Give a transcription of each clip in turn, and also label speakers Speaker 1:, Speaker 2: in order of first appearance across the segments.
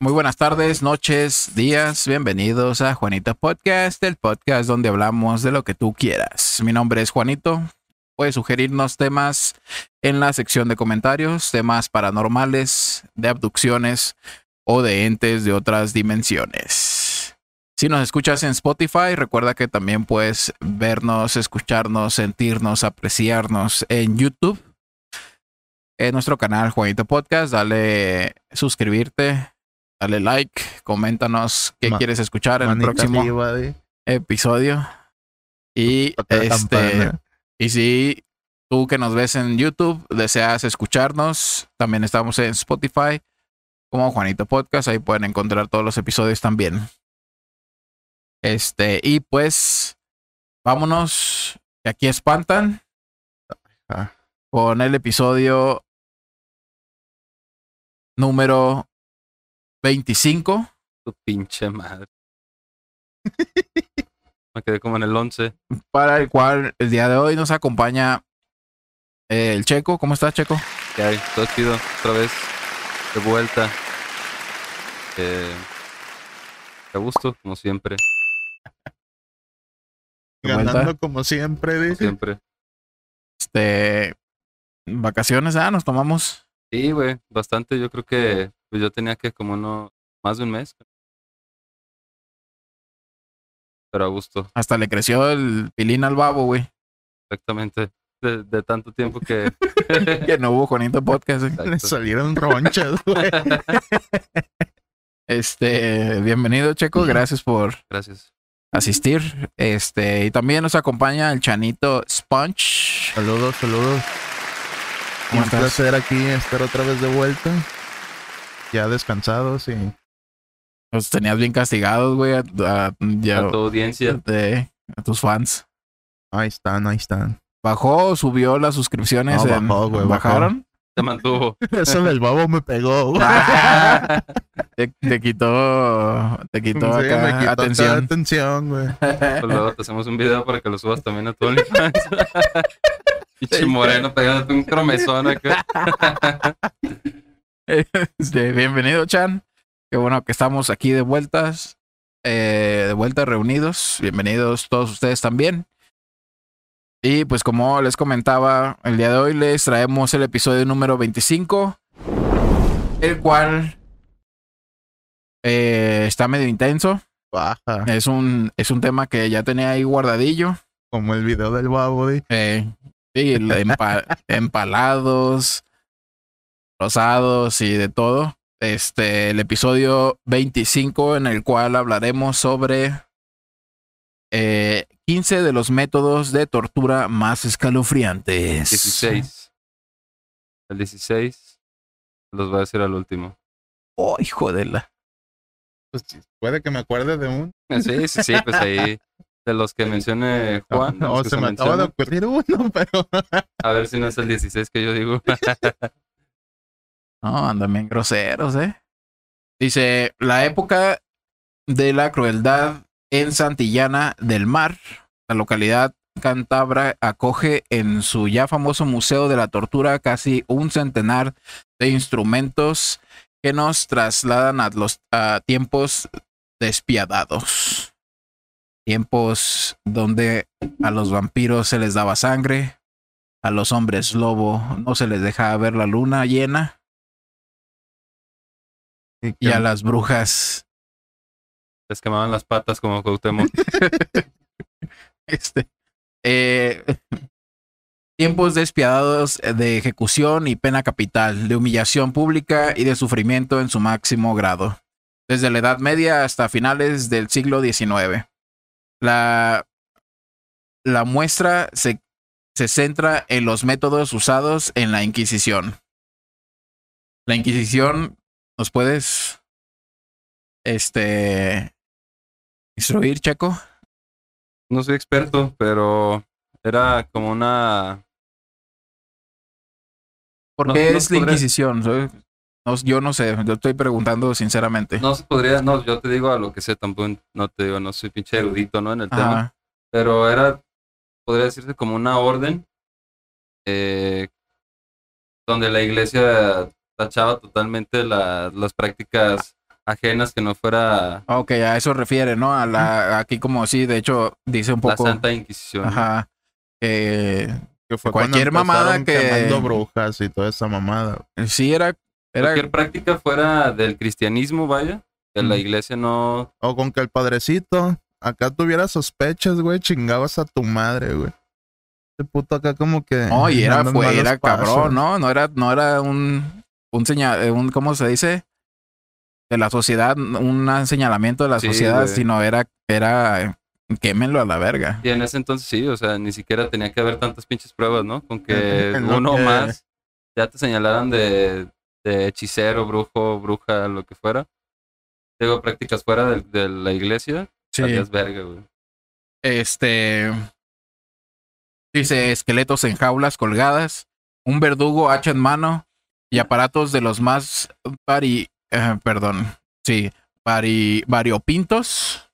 Speaker 1: Muy buenas tardes, noches, días. Bienvenidos a Juanito Podcast, el podcast donde hablamos de lo que tú quieras. Mi nombre es Juanito. Puedes sugerirnos temas en la sección de comentarios, temas paranormales, de abducciones o de entes de otras dimensiones. Si nos escuchas en Spotify, recuerda que también puedes vernos, escucharnos, sentirnos, apreciarnos en YouTube. En nuestro canal Juanito Podcast, dale suscribirte, dale like, coméntanos qué
Speaker 2: Ma-
Speaker 1: quieres escuchar en el
Speaker 2: Manita
Speaker 1: próximo
Speaker 2: arriba, güey.
Speaker 1: episodio. Y
Speaker 2: Toca la
Speaker 1: este,
Speaker 2: campana.
Speaker 1: y si tú que nos ves en YouTube deseas escucharnos, también estamos en Spotify como Juanito Podcast, ahí pueden encontrar todos los episodios también. Este, y pues vámonos, que aquí espantan
Speaker 2: Ah.
Speaker 1: con el episodio número 25.
Speaker 3: Tu pinche madre. Me quedé como en el 11.
Speaker 1: para el cual el día de hoy nos acompaña eh, el Checo. ¿Cómo estás, Checo?
Speaker 3: ¿Qué hay? Todo chido. Otra vez. De vuelta. Eh, a gusto, como siempre.
Speaker 1: de vuelta.
Speaker 2: Ganando como siempre,
Speaker 3: Como
Speaker 2: dice.
Speaker 3: siempre.
Speaker 1: Este, vacaciones, ah, nos tomamos.
Speaker 3: Sí, güey. Bastante. Yo creo que pues, yo tenía que como no más de un mes. Pero a gusto,
Speaker 1: Hasta le creció el pilín al babo, güey.
Speaker 3: exactamente. De, de tanto tiempo que.
Speaker 1: Que no hubo Juanito Podcast. eh.
Speaker 2: Le
Speaker 3: Exacto.
Speaker 2: salieron ronchas, güey.
Speaker 1: Este, bienvenido, Checo. Gracias por
Speaker 3: Gracias.
Speaker 1: asistir. Este, y también nos acompaña el Chanito Sponge.
Speaker 2: Saludos, saludos.
Speaker 1: ¿Cómo
Speaker 2: Un
Speaker 1: estás?
Speaker 2: placer aquí estar otra vez de vuelta. Ya descansados y
Speaker 1: Los tenías bien castigados, güey, a, a- ya-
Speaker 3: A tu audiencia.
Speaker 1: de- a tus fans.
Speaker 2: ahí están, ahí están.
Speaker 1: ¿Bajó o subió las suscripciones?
Speaker 2: No,
Speaker 1: en-
Speaker 2: bajó, güey, bajó.
Speaker 1: ¿Bajaron?
Speaker 3: Te mantuvo.
Speaker 2: Eso del babo me pegó, güey.
Speaker 1: Ah, Te, te quitó, te
Speaker 2: Sí,
Speaker 1: quitó
Speaker 2: me
Speaker 1: acá
Speaker 2: quitó toda
Speaker 1: atención.
Speaker 2: atención, güey.
Speaker 3: Pues luego te hacemos un video para que lo subas también a tu OnlyFans. Pinche moreno pegándote un cromesón acá.
Speaker 1: Este, bienvenido, Chan. Qué bueno que estamos aquí de vueltas, eh, de vuelta reunidos. Bienvenidos todos ustedes también. Y pues como les comentaba, el día de hoy les traemos el episodio número 25, el cual eh, está medio intenso.
Speaker 2: Baja.
Speaker 1: Es un, es un tema que ya tenía ahí guardadillo.
Speaker 2: Como el video del babo, di.
Speaker 1: Eh, sí, el empa- empalados, rosados y de todo. Este, el episodio 25 en el cual hablaremos sobre eh, 15 de los métodos de tortura más escalofriantes.
Speaker 3: 16. El 16. Los voy a decir al último.
Speaker 1: Oh, hijo de la.
Speaker 2: Pues sí, puede que me acuerde de un.
Speaker 3: Sí, sí, sí, pues ahí. De los que mencione Juan. de
Speaker 2: Ah,
Speaker 3: los
Speaker 2: o
Speaker 3: Ah, que
Speaker 2: Oh, se me acaba de
Speaker 3: menciona.
Speaker 2: ocurrir uno, pero.
Speaker 3: A ver si no es el 16 que yo digo.
Speaker 1: No, andan bien groseros, ¿eh? Dice, la época de la crueldad en Santillana del Mar, la localidad cántabra acoge en su ya famoso Museo de la Tortura casi un centenar de instrumentos que nos trasladan a los a tiempos despiadados. Tiempos donde a los vampiros se les daba sangre, a los hombres lobo no se les dejaba ver la luna llena y a las brujas.
Speaker 3: Les quemaban las patas como Cuauhtémoc.
Speaker 1: Este, eh, tiempos despiadados de ejecución y pena capital, de humillación pública y de sufrimiento en su máximo grado, desde la Edad Media hasta finales del siglo XIX. La, la muestra se, se centra en los métodos usados en la Inquisición. La Inquisición, ¿nos puedes este instruir, Checo?
Speaker 3: No soy experto, pero era como una.
Speaker 1: ¿Por
Speaker 3: No-
Speaker 1: qué
Speaker 3: no
Speaker 1: es la
Speaker 3: podré-
Speaker 1: Inquisición? Soy- no- yo no sé, yo estoy preguntando sinceramente.
Speaker 3: No se podría. No, yo te digo a lo que sé tampoco. No te digo, no soy pinche erudito, ¿no? En el tema.
Speaker 1: Ajá.
Speaker 3: pero era, podría decirse como una orden, eh, donde la iglesia tachaba totalmente la- las prácticas ajenas que no fuera
Speaker 1: Ah, Ok, a eso refiere, ¿no? A la, aquí como sí, de hecho, dice un
Speaker 3: la
Speaker 1: poco.
Speaker 3: Santa Inquisición.
Speaker 1: Ajá. Eh,
Speaker 2: Que fue
Speaker 1: Cualquier
Speaker 2: cuando empezaron
Speaker 1: mamada que-
Speaker 2: quemando brujas y toda esa mamada.
Speaker 1: sí, era. era
Speaker 3: Cualquier práctica fuera del cristianismo, vaya, que la
Speaker 1: Ujú.
Speaker 3: iglesia no...
Speaker 2: O con que el padrecito acá tuviera sospechas, güey, chingabas a tu madre, güey. Este puto acá como que.
Speaker 1: No, y era,
Speaker 2: andan
Speaker 1: fue,
Speaker 2: malos
Speaker 1: era
Speaker 2: pasos.
Speaker 1: cabrón, ¿no? No era, no era un, un señal, un, ¿cómo se dice? De la sociedad, un señalamiento de la
Speaker 3: Sí,
Speaker 1: sociedad,
Speaker 3: güey.
Speaker 1: sino era, era, quémenlo a la verga.
Speaker 3: Y en ese entonces sí, o sea, ni siquiera tenía que haber tantas pinches pruebas, ¿no? Con que
Speaker 2: En lo
Speaker 3: uno
Speaker 2: que-
Speaker 3: más ya te señalaran de, de hechicero, brujo, bruja, lo que fuera. Digo, prácticas fuera de, de la iglesia,
Speaker 1: Sí.
Speaker 3: salías verga, güey.
Speaker 1: Este. Dice esqueletos en jaulas colgadas, un verdugo hacha en mano y aparatos de los más vari. eh, perdón. Sí, vari- variopintos.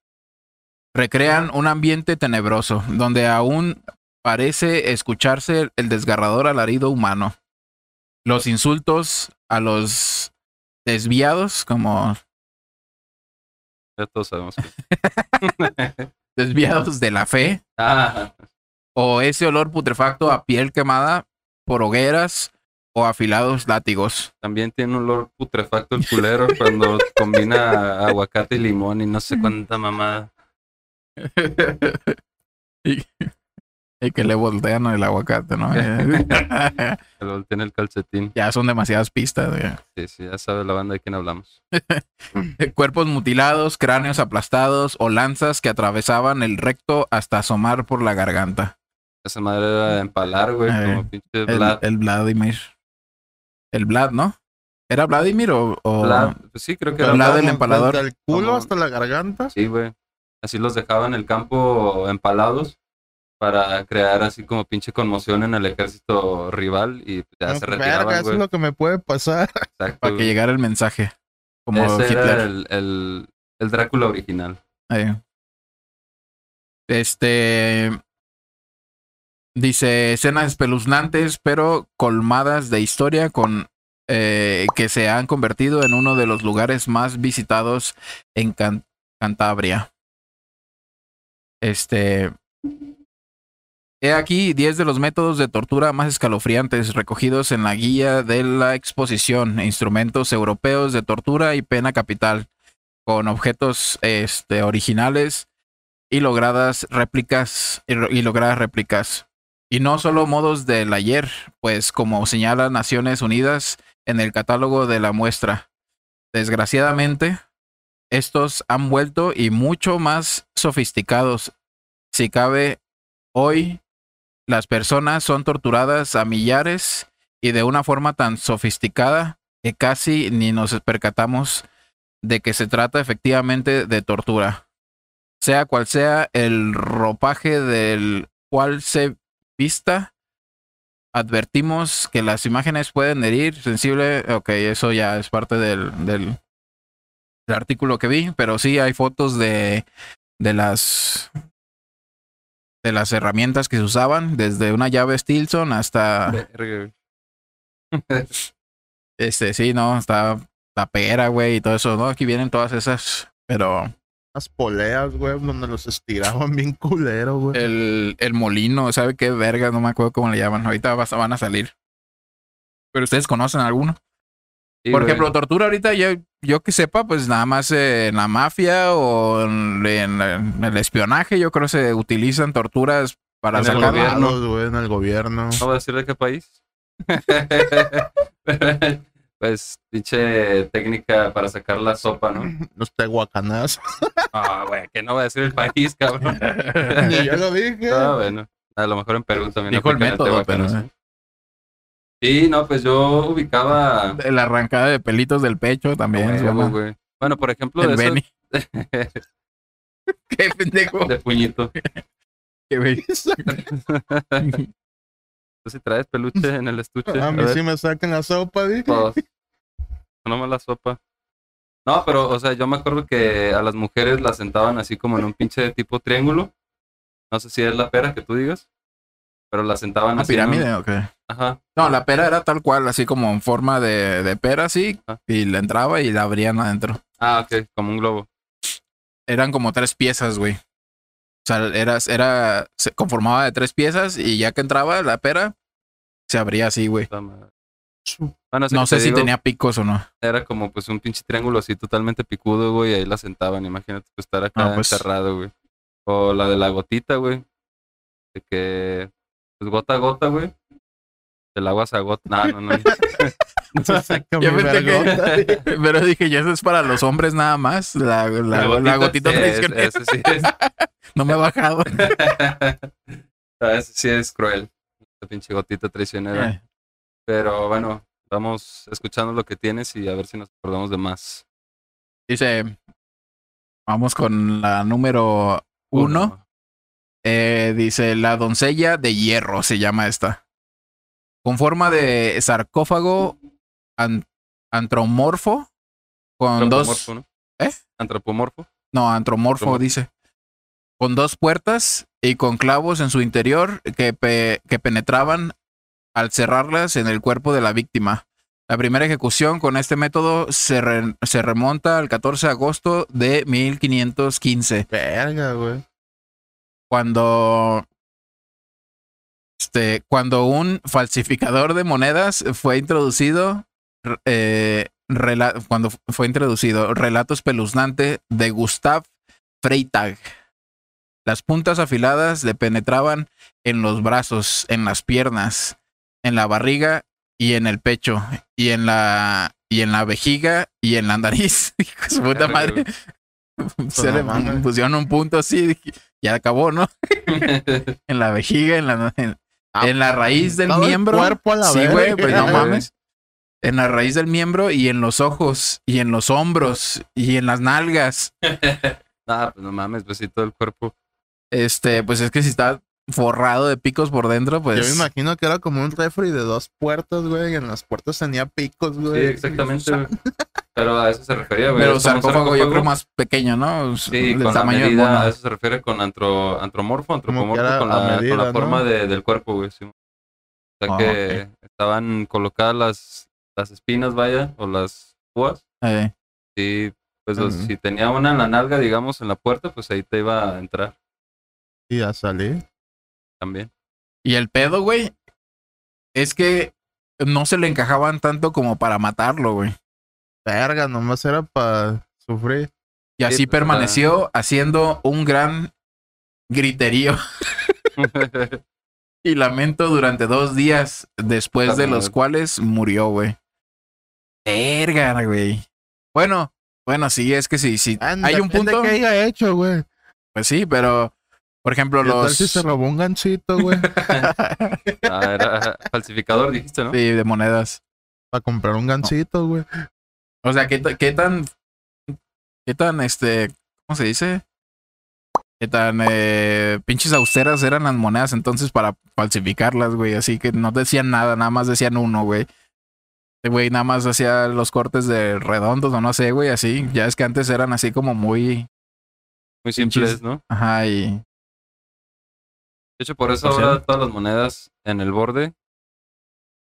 Speaker 1: Recrean un ambiente tenebroso donde aún parece escucharse el desgarrador alarido humano. Los insultos a los desviados, como
Speaker 3: Ya todos sabemos. que-
Speaker 1: desviados de la fe,
Speaker 3: Ah,
Speaker 1: o ese olor putrefacto a piel quemada por hogueras o afilados látigos.
Speaker 3: también tiene un olor putrefacto el culero cuando combina aguacate y limón y no sé cuánta mamada.
Speaker 1: y, y que le voltean el aguacate, ¿no?
Speaker 3: que lo tiene el calcetín.
Speaker 1: ya son demasiadas pistas. güey.
Speaker 3: Sí, sí, ya sabe la banda de quién hablamos.
Speaker 1: Cuerpos mutilados, cráneos aplastados o lanzas que atravesaban el recto hasta asomar por la garganta.
Speaker 3: Esa madre era de empalar, güey,
Speaker 1: Eh,
Speaker 3: como pinche
Speaker 1: El,
Speaker 3: Vlad.
Speaker 1: el Vladimir. El Vlad, ¿no? ¿Era Vladimir o...? o-
Speaker 3: Vlad, pues sí, creo que
Speaker 2: Pero
Speaker 3: era
Speaker 1: Vlad
Speaker 3: Vlad.
Speaker 1: del
Speaker 2: como
Speaker 1: empalador.
Speaker 2: desde el culo
Speaker 3: Como-
Speaker 2: hasta la garganta.
Speaker 3: Sí, güey. Así los dejaban en el campo empalados para crear así como pinche conmoción en el ejército rival y ya se
Speaker 1: pues,
Speaker 2: Verga,
Speaker 3: retiraban,
Speaker 2: eso es
Speaker 3: güey.
Speaker 2: lo que me puede pasar.
Speaker 3: Exacto,
Speaker 1: Para que
Speaker 3: güey.
Speaker 1: llegara el mensaje. Como
Speaker 3: Ese
Speaker 1: Hitler.
Speaker 3: era el, el, el Drácula original.
Speaker 1: Ahí. Eh, Este. Dice escenas espeluznantes, pero colmadas de historia con eh, que se han convertido en uno de los lugares más visitados en Can- Cantabria. Este. He aquí 10 de los métodos de tortura más escalofriantes recogidos en la guía de la exposición, instrumentos europeos de tortura y pena capital con objetos este, originales y logradas réplicas y, lo- y logradas réplicas. Y no solo modos del ayer, pues como señala Naciones Unidas en el catálogo de la muestra. Desgraciadamente, estos han vuelto y mucho más sofisticados. Si cabe, hoy las personas son torturadas a millares y de una forma tan sofisticada que casi ni nos percatamos de que se trata efectivamente de tortura. Sea cual sea el ropaje del cual se vista, advertimos que las imágenes pueden herir sensible. Ok, eso ya es parte del, del, del artículo que vi, pero sí hay fotos de, de las de las herramientas que se usaban, desde una llave Stilson hasta
Speaker 3: Verga, güey.
Speaker 1: este, sí, no, hasta la pera, güey, y todo eso, ¿no? Aquí vienen todas esas, pero
Speaker 2: Las poleas, güey, donde los estiraban bien culero, güey.
Speaker 1: El, el molino, ¿sabe qué verga? No me acuerdo cómo le llaman. Ahorita vas- van a salir. Pero ustedes conocen alguno.
Speaker 3: Sí,
Speaker 1: Por
Speaker 3: güey.
Speaker 1: ejemplo, tortura ahorita, yo, yo que sepa, pues nada más eh, en la mafia o en, en- en el espionaje, yo creo que se utilizan torturas para
Speaker 3: En
Speaker 2: en el
Speaker 1: sacar.
Speaker 3: gobierno.
Speaker 2: gobierno, güey, en el gobierno.
Speaker 3: No voy a decir de qué país. pues, pinche técnica para sacar la sopa, ¿no?
Speaker 2: Los tehuacanazos.
Speaker 3: Ah, güey, que no voy a decir el país, cabrón.
Speaker 2: Ni yo lo dije.
Speaker 3: Ah, bueno. A lo mejor en Perú también.
Speaker 1: Dijo el
Speaker 3: aplican
Speaker 1: método,
Speaker 3: tehuacanazo.
Speaker 1: pero, eh.
Speaker 3: Sí, no, pues yo ubicaba.
Speaker 1: La arrancada de pelitos del pecho también.
Speaker 3: Huevo,
Speaker 1: es buena.
Speaker 3: Ah, güey. Bueno, por ejemplo,
Speaker 1: el
Speaker 3: de,
Speaker 1: Benny.
Speaker 3: esos-
Speaker 1: Qué pendejo.
Speaker 3: de puñito.
Speaker 1: Qué güey.
Speaker 3: Tú si traes peluche en el estuche.
Speaker 1: Ah,
Speaker 2: A
Speaker 3: a
Speaker 2: mí
Speaker 3: ver,
Speaker 2: sí me sacan la sopa, dije.
Speaker 3: todos. No me la sopa. No, pero, o sea, yo me acuerdo que a las mujeres las sentaban así como en un pinche tipo triángulo. No sé si es la pera que tú digas. Pero las sentaban
Speaker 1: ¿Una
Speaker 3: así. en un-
Speaker 1: Ah, pirámide o qué?
Speaker 3: Ajá.
Speaker 1: No, la pera era tal cual, así como en forma de, de pera, así.
Speaker 3: Ajá.
Speaker 1: Y la entraba y la abrían adentro.
Speaker 3: Ah, ok, como un globo.
Speaker 1: Eran como tres piezas, güey. O sea, era, era, se conformaba de tres piezas y ya que entraba la pera, se abría así, güey.
Speaker 3: Puta madre. Bueno, ese
Speaker 1: No
Speaker 3: que
Speaker 1: sé
Speaker 3: te
Speaker 1: si
Speaker 3: digo
Speaker 1: tenía picos o no.
Speaker 3: Era como pues un pinche triángulo así totalmente picudo, güey, y ahí la sentaban, imagínate pues, estar acá
Speaker 1: Ah, pues.
Speaker 3: encerrado, güey. O la de la gotita, güey. De que, pues gota a gota, güey. Del agua se agota. No, no, no.
Speaker 2: Con
Speaker 1: Ya
Speaker 2: mi
Speaker 1: pensé que-
Speaker 2: vergota.
Speaker 1: Pero dije, ya eso es para los hombres nada más. La, la, la gotita,
Speaker 3: sí, es-
Speaker 1: traicionera.
Speaker 3: ese sí es.
Speaker 1: No me ha bajado.
Speaker 3: Ah, ese sí es cruel. La pinche gotita traicionera.
Speaker 1: Eh,
Speaker 3: Pero bueno, vamos escuchando lo que tienes y a ver si nos acordamos de más.
Speaker 1: Dice, vamos con la número uno. Eh, dice, la doncella de hierro se llama esta. Con forma de sarcófago an- antromorfo. Con dos...
Speaker 3: Antropomorfo, ¿no?
Speaker 1: ¿Eh?
Speaker 3: Antropomorfo.
Speaker 1: No, antromorfo
Speaker 3: Antromorfo.
Speaker 1: dice. Con dos puertas y con clavos en su interior que, pe- que penetraban al cerrarlas en el cuerpo de la víctima. La primera ejecución con este método se, re- se remonta al 14 de agosto de 1515,
Speaker 2: Verga, güey.
Speaker 1: cuando, este, cuando un falsificador de monedas fue introducido, r- eh, rela- cuando fue introducido, relato espeluznante de Gustav Freitag. Las puntas afiladas le penetraban en los brazos, en las piernas, en la barriga y en el pecho, y en la, y en la vejiga y en la nariz. Hijo de su puta
Speaker 3: Verga,
Speaker 1: madre. Se
Speaker 2: Pues No
Speaker 1: le
Speaker 2: mames.
Speaker 1: pusieron un punto así dije, ya acabó, ¿no? En la vejiga, en la, en, en la raíz del
Speaker 2: Ah, Todo el
Speaker 1: miembro.
Speaker 2: cuerpo a la
Speaker 1: sí,
Speaker 2: verga.
Speaker 1: güey, pues no
Speaker 3: güey.
Speaker 1: mames. En la raíz del miembro y en los ojos, y en los hombros, y en las nalgas.
Speaker 3: Ah, pues no mames, pues sí, todo el cuerpo.
Speaker 1: Este, pues es que si está forrado de picos por dentro,
Speaker 2: Yo me
Speaker 1: pues.
Speaker 2: imagino que era como un refri de dos puertas, güey. Y en las puertas tenía picos,
Speaker 3: Sí,
Speaker 2: güey.
Speaker 3: exactamente, güey. Pero a eso se refería, güey.
Speaker 1: Pues, Pero
Speaker 3: Es como un
Speaker 1: sarcófago yo creo más pequeño, ¿no? Pues,
Speaker 3: Sí,
Speaker 1: Del
Speaker 3: con la
Speaker 1: tamaño del
Speaker 3: medida,
Speaker 1: mono.
Speaker 3: a eso se refiere con antro, antromorfo, antropomorfo,
Speaker 2: era
Speaker 3: con
Speaker 2: a
Speaker 3: la, con
Speaker 2: medida,
Speaker 3: la
Speaker 2: ¿no?
Speaker 3: forma de- del cuerpo, güey. sí. O sea
Speaker 1: Ah,
Speaker 3: que estaban colocadas las, las espinas, vaya, o las púas.
Speaker 1: Eh,
Speaker 3: Sí, pues o sea,
Speaker 2: Ujú.
Speaker 3: si tenía una en la nalga, digamos, en la puerta, pues ahí te iba a entrar
Speaker 2: Y a salir.
Speaker 3: también.
Speaker 1: Y el pedo, güey, es que no se le encajaban tanto como para matarlo, güey.
Speaker 2: Verga, nomás era para sufrir.
Speaker 1: Y así
Speaker 3: pues, o sea-
Speaker 1: permaneció haciendo un gran griterío y lamento durante dos días, después de los
Speaker 3: Claro.
Speaker 1: cuales murió, güey. Verga, güey. Bueno, bueno, sí, es que sí, sí.
Speaker 2: Ah,
Speaker 1: Hay un
Speaker 2: depende
Speaker 1: punto,
Speaker 2: que haya hecho, güey.
Speaker 1: pues sí, pero, por ejemplo,
Speaker 2: ¿Qué tal
Speaker 1: los
Speaker 2: si se robó un ganchito, güey?
Speaker 3: Ah, era falsificador, dijiste, ¿no?
Speaker 1: sí, de monedas.
Speaker 2: para comprar un ganchito, güey.
Speaker 1: O sea, ¿qué, ta- qué tan, qué tan, este, ¿cómo se dice? Qué tan eh, pinches austeras eran las monedas entonces para falsificarlas, güey. Así que no decían nada, nada más decían uno, güey. Este güey nada más hacía los cortes de redondos o no sé, güey, así. Ya es que antes eran así como muy,
Speaker 3: Muy
Speaker 1: Pinches-
Speaker 3: simples, ¿no?
Speaker 1: ajá, y
Speaker 3: De hecho, por eso
Speaker 1: Por
Speaker 3: ahora
Speaker 1: cierto.
Speaker 3: todas las monedas en el borde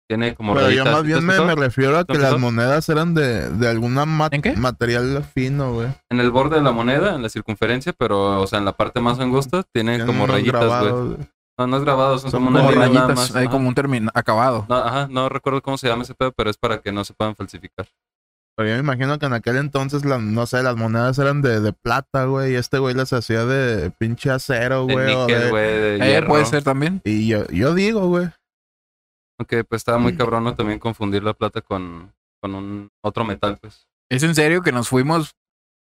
Speaker 3: tiene como
Speaker 2: Pero yo
Speaker 3: rayitas.
Speaker 2: más
Speaker 3: ¿Sí
Speaker 2: bien
Speaker 3: te
Speaker 2: me,
Speaker 3: has
Speaker 2: me
Speaker 3: fijado?
Speaker 2: refiero a que las
Speaker 3: ¿Empezó?
Speaker 2: monedas eran de, de alguna ma-
Speaker 1: ¿En qué?
Speaker 2: material fino, güey.
Speaker 3: En el borde de la moneda, en la circunferencia, pero, o sea, en la parte más angosta, tiene
Speaker 2: Tienen
Speaker 3: como
Speaker 2: unos
Speaker 3: rayitas, güey.
Speaker 2: grabados, güey.
Speaker 3: No, no es grabado, son,
Speaker 2: Son
Speaker 3: como una
Speaker 1: como
Speaker 3: línea nada
Speaker 1: rayitas,
Speaker 3: más.
Speaker 1: hay
Speaker 3: Ajá.
Speaker 1: como un término acabado.
Speaker 3: No, ajá, no recuerdo cómo se llama ese pedo, pero es para que no se puedan falsificar.
Speaker 2: Pero yo me imagino que en aquel entonces, la- no sé, las monedas eran de, de plata, güey. Y este güey las hacía de pinche acero,
Speaker 3: De
Speaker 2: güey. o
Speaker 3: níquel,
Speaker 2: de-
Speaker 3: güey, de
Speaker 1: Eh,
Speaker 3: hierro.
Speaker 1: puede ser también.
Speaker 2: Y yo, yo digo, güey.
Speaker 3: Aunque pues estaba muy cabrón ¿no? también confundir la plata con, con un otro metal, pues.
Speaker 1: Es en serio que nos fuimos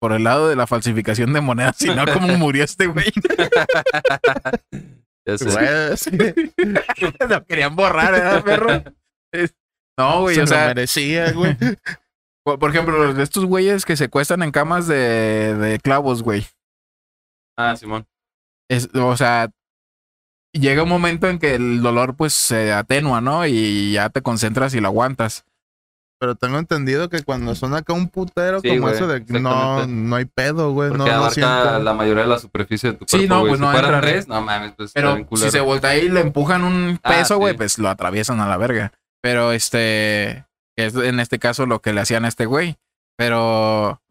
Speaker 1: por el lado de la falsificación de monedas, sino como murió este güey.
Speaker 3: Ya sé.
Speaker 2: Güey, sí.
Speaker 1: Lo querían borrar, ¿verdad, perro? Es- No, güey,
Speaker 2: Se
Speaker 1: o
Speaker 2: lo
Speaker 1: sea,
Speaker 2: merecía, güey.
Speaker 1: por por ejemplo, los de estos güeyes que se cuestan en camas de, de clavos, güey.
Speaker 3: Ah, Simón.
Speaker 1: Es- o sea, llega un momento en que el dolor pues se atenúa, ¿no? Y ya te concentras y lo aguantas.
Speaker 2: Pero tengo entendido que cuando son acá un putero
Speaker 3: Sí,
Speaker 2: como
Speaker 3: güey,
Speaker 2: ese de no,
Speaker 3: exactamente.
Speaker 2: no hay pedo, güey.
Speaker 1: Pues
Speaker 3: Porque
Speaker 2: No, no
Speaker 3: abarca
Speaker 2: siento.
Speaker 3: la mayoría de la superficie de tu cuerpo.
Speaker 1: Sí, no,
Speaker 3: güey.
Speaker 1: pues,
Speaker 3: si
Speaker 1: no
Speaker 3: fueran
Speaker 1: entra-
Speaker 3: tres, no mames, pues está
Speaker 1: Pero
Speaker 3: bien
Speaker 1: si
Speaker 3: culero.
Speaker 1: se voltea y le empujan un
Speaker 3: Ah,
Speaker 1: peso, güey,
Speaker 3: sí.
Speaker 1: pues lo atraviesan a la verga. Pero este, que es en este caso lo que le hacían a este güey. Pero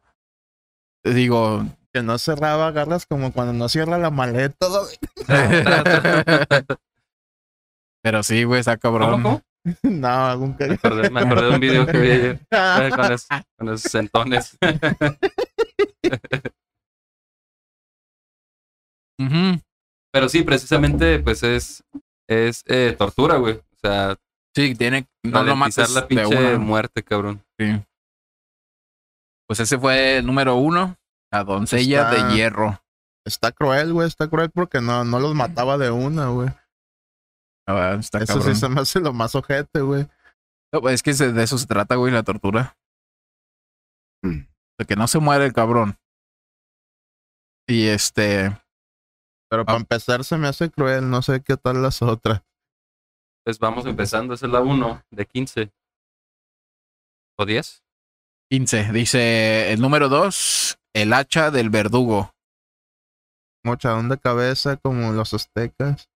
Speaker 1: Digo,
Speaker 2: Que no cerraba garras como cuando no cierra la maleta. güey.
Speaker 1: pero sí, güey, está
Speaker 3: ¿Cómo,
Speaker 1: cabrón.
Speaker 3: cómo?
Speaker 2: No, nunca.
Speaker 3: Me acordé, me acordé de un video que vi ayer eh, con, es- con esos sentones.
Speaker 1: Ujú.
Speaker 3: Pero sí, precisamente, pues es, es eh, tortura, güey. O sea,
Speaker 1: Sí, tiene. No lo
Speaker 3: ralentizar
Speaker 1: matas
Speaker 3: la
Speaker 1: de
Speaker 3: pinche
Speaker 1: una.
Speaker 3: muerte, cabrón.
Speaker 1: Sí. Pues ese fue el número uno. La doncella
Speaker 2: Está-
Speaker 1: de hierro.
Speaker 2: Está cruel, güey. Está cruel porque no, no los mataba de una, güey.
Speaker 1: Ah, está
Speaker 2: Eso
Speaker 1: cabrón.
Speaker 2: sí se me hace lo más ojete, güey.
Speaker 1: No, pues, Es que se- de eso se trata, güey, la tortura. Mm. De que no se muere el cabrón. Y este.
Speaker 3: Ah.
Speaker 2: Pero para empezar se me hace cruel. No sé qué tal las otras.
Speaker 3: Pues vamos empezando, esa es la 1 de 15. ¿O 10?
Speaker 1: 15. Dice el número 2, el hacha del verdugo.
Speaker 2: Mochadón de cabeza como los aztecas.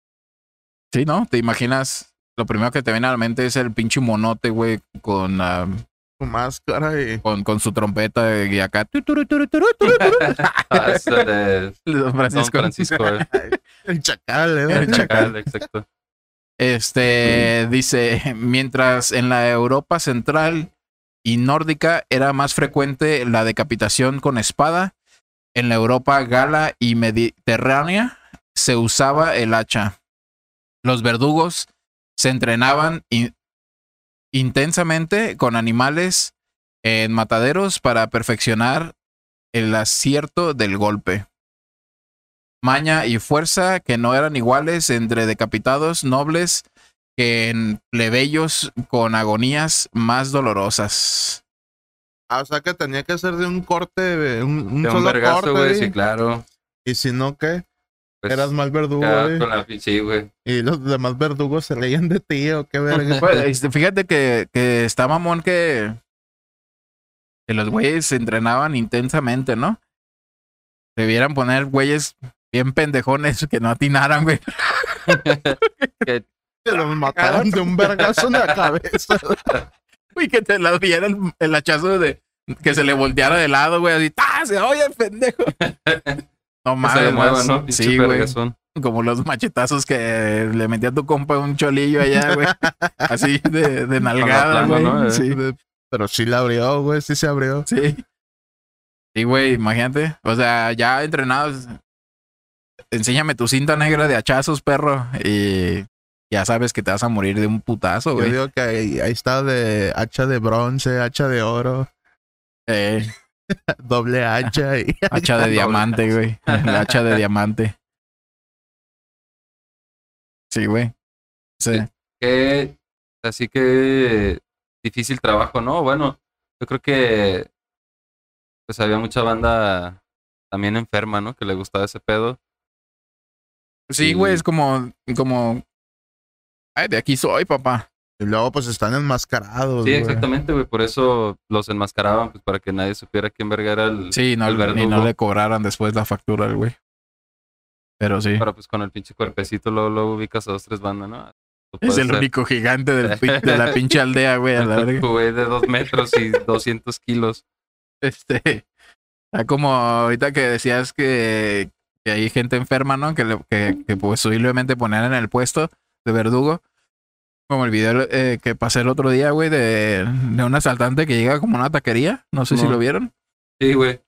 Speaker 1: Sí, ¿no? ¿Te imaginas? Lo primero que te viene a la mente es el pinche monote, güey, con, ah,
Speaker 2: Su máscara y...
Speaker 1: con, con su trompeta y acá. tu, turu, turu, turu, turu, turu.
Speaker 3: Ah, es el de
Speaker 1: Don
Speaker 3: Don
Speaker 1: Francisco.
Speaker 3: Francisco, eh.
Speaker 2: El chacal, ¿eh?
Speaker 1: El
Speaker 3: El chacal, exacto.
Speaker 1: Este dice: mientras en la Europa central y nórdica era más frecuente la decapitación con espada, en la Europa gala y mediterránea se usaba el hacha. Los verdugos se entrenaban in- intensamente con animales en mataderos para perfeccionar el acierto del golpe. Maña y fuerza que no eran iguales entre decapitados nobles que en plebeyos con agonías más dolorosas.
Speaker 2: Ah, o sea que tenía que ser de un corte, de un, un
Speaker 3: De un
Speaker 2: solo corte.
Speaker 3: vergazo, güey,
Speaker 2: güey.
Speaker 3: sí, claro.
Speaker 2: Y si no, ¿qué?
Speaker 3: Pues,
Speaker 2: Eras mal verdugo,
Speaker 3: acá
Speaker 2: güey.
Speaker 3: con
Speaker 1: eh.
Speaker 3: la pinche, güey.
Speaker 2: Y los demás verdugos se reían de ti, o qué verga.
Speaker 1: Bueno, este, fíjate que, que está mamón que, que los güeyes se entrenaban intensamente, ¿no? Debieran poner güeyes bien pendejones que no atinaran, güey.
Speaker 2: que los mataron de un vergazo en la cabeza.
Speaker 1: Y que te las diera el, el hachazo de que se le volteara de lado, güey, así, ¡tas! Oye, pendejo. No
Speaker 3: Que se
Speaker 1: mames,
Speaker 3: le mueva,
Speaker 1: más.
Speaker 3: Pues, ¿no? Pinche
Speaker 1: Sí, güey.
Speaker 3: vergazón.
Speaker 1: como los machetazos que le metía a tu compa un cholillo allá, güey. Así de, de nalgada,
Speaker 3: plana,
Speaker 1: güey.
Speaker 3: ¿no? Eh.
Speaker 1: Sí,
Speaker 2: Pero sí la abrió, güey, sí se abrió.
Speaker 1: sí. Sí, güey, imagínate. O sea, ya entrenados. Enséñame tu cinta negra de hachazos, perro. Y ya sabes que te vas a morir de un putazo,
Speaker 2: Yo
Speaker 1: güey.
Speaker 2: digo que ahí, ahí está de hacha de bronce, hacha de oro,
Speaker 1: Eh,
Speaker 2: doble hacha y
Speaker 1: hacha de diamante, güey. La hacha de diamante. Sí, güey. Sí.
Speaker 3: Que, así que difícil trabajo, ¿no? Bueno, yo creo que pues había mucha banda también enferma, ¿no? Que le gustaba ese pedo.
Speaker 1: Sí,
Speaker 3: Y-
Speaker 1: güey, es como, como, ay, de aquí soy, papá.
Speaker 2: Y luego pues están
Speaker 1: Pues,
Speaker 2: enmascarados,
Speaker 3: Sí,
Speaker 2: güey.
Speaker 3: exactamente, güey. Por eso los enmascaraban, pues para que nadie supiera quién verga era el.
Speaker 1: Sí, no,
Speaker 3: El
Speaker 1: ni no
Speaker 3: verdugo.
Speaker 1: le cobraran después la factura al güey. Pero sí,
Speaker 3: Pero pues con el pinche cuerpecito luego, luego ubicas a dos, tres bandas, ¿no? Tú
Speaker 1: es
Speaker 3: puedes
Speaker 1: el
Speaker 3: ser
Speaker 1: único gigante del pin- de la pinche aldea, güey, a la verga.
Speaker 3: tu güey de dos metros y 200 kilos.
Speaker 1: Este, está como ahorita que decías que, que hay gente enferma, ¿no? Que, le- que, que posiblemente poner en el puesto de verdugo. Como el video eh, que pasé el otro día, güey, de, de un asaltante que llega como a una taquería. No sé si
Speaker 3: No.
Speaker 1: lo vieron.
Speaker 3: Sí, güey.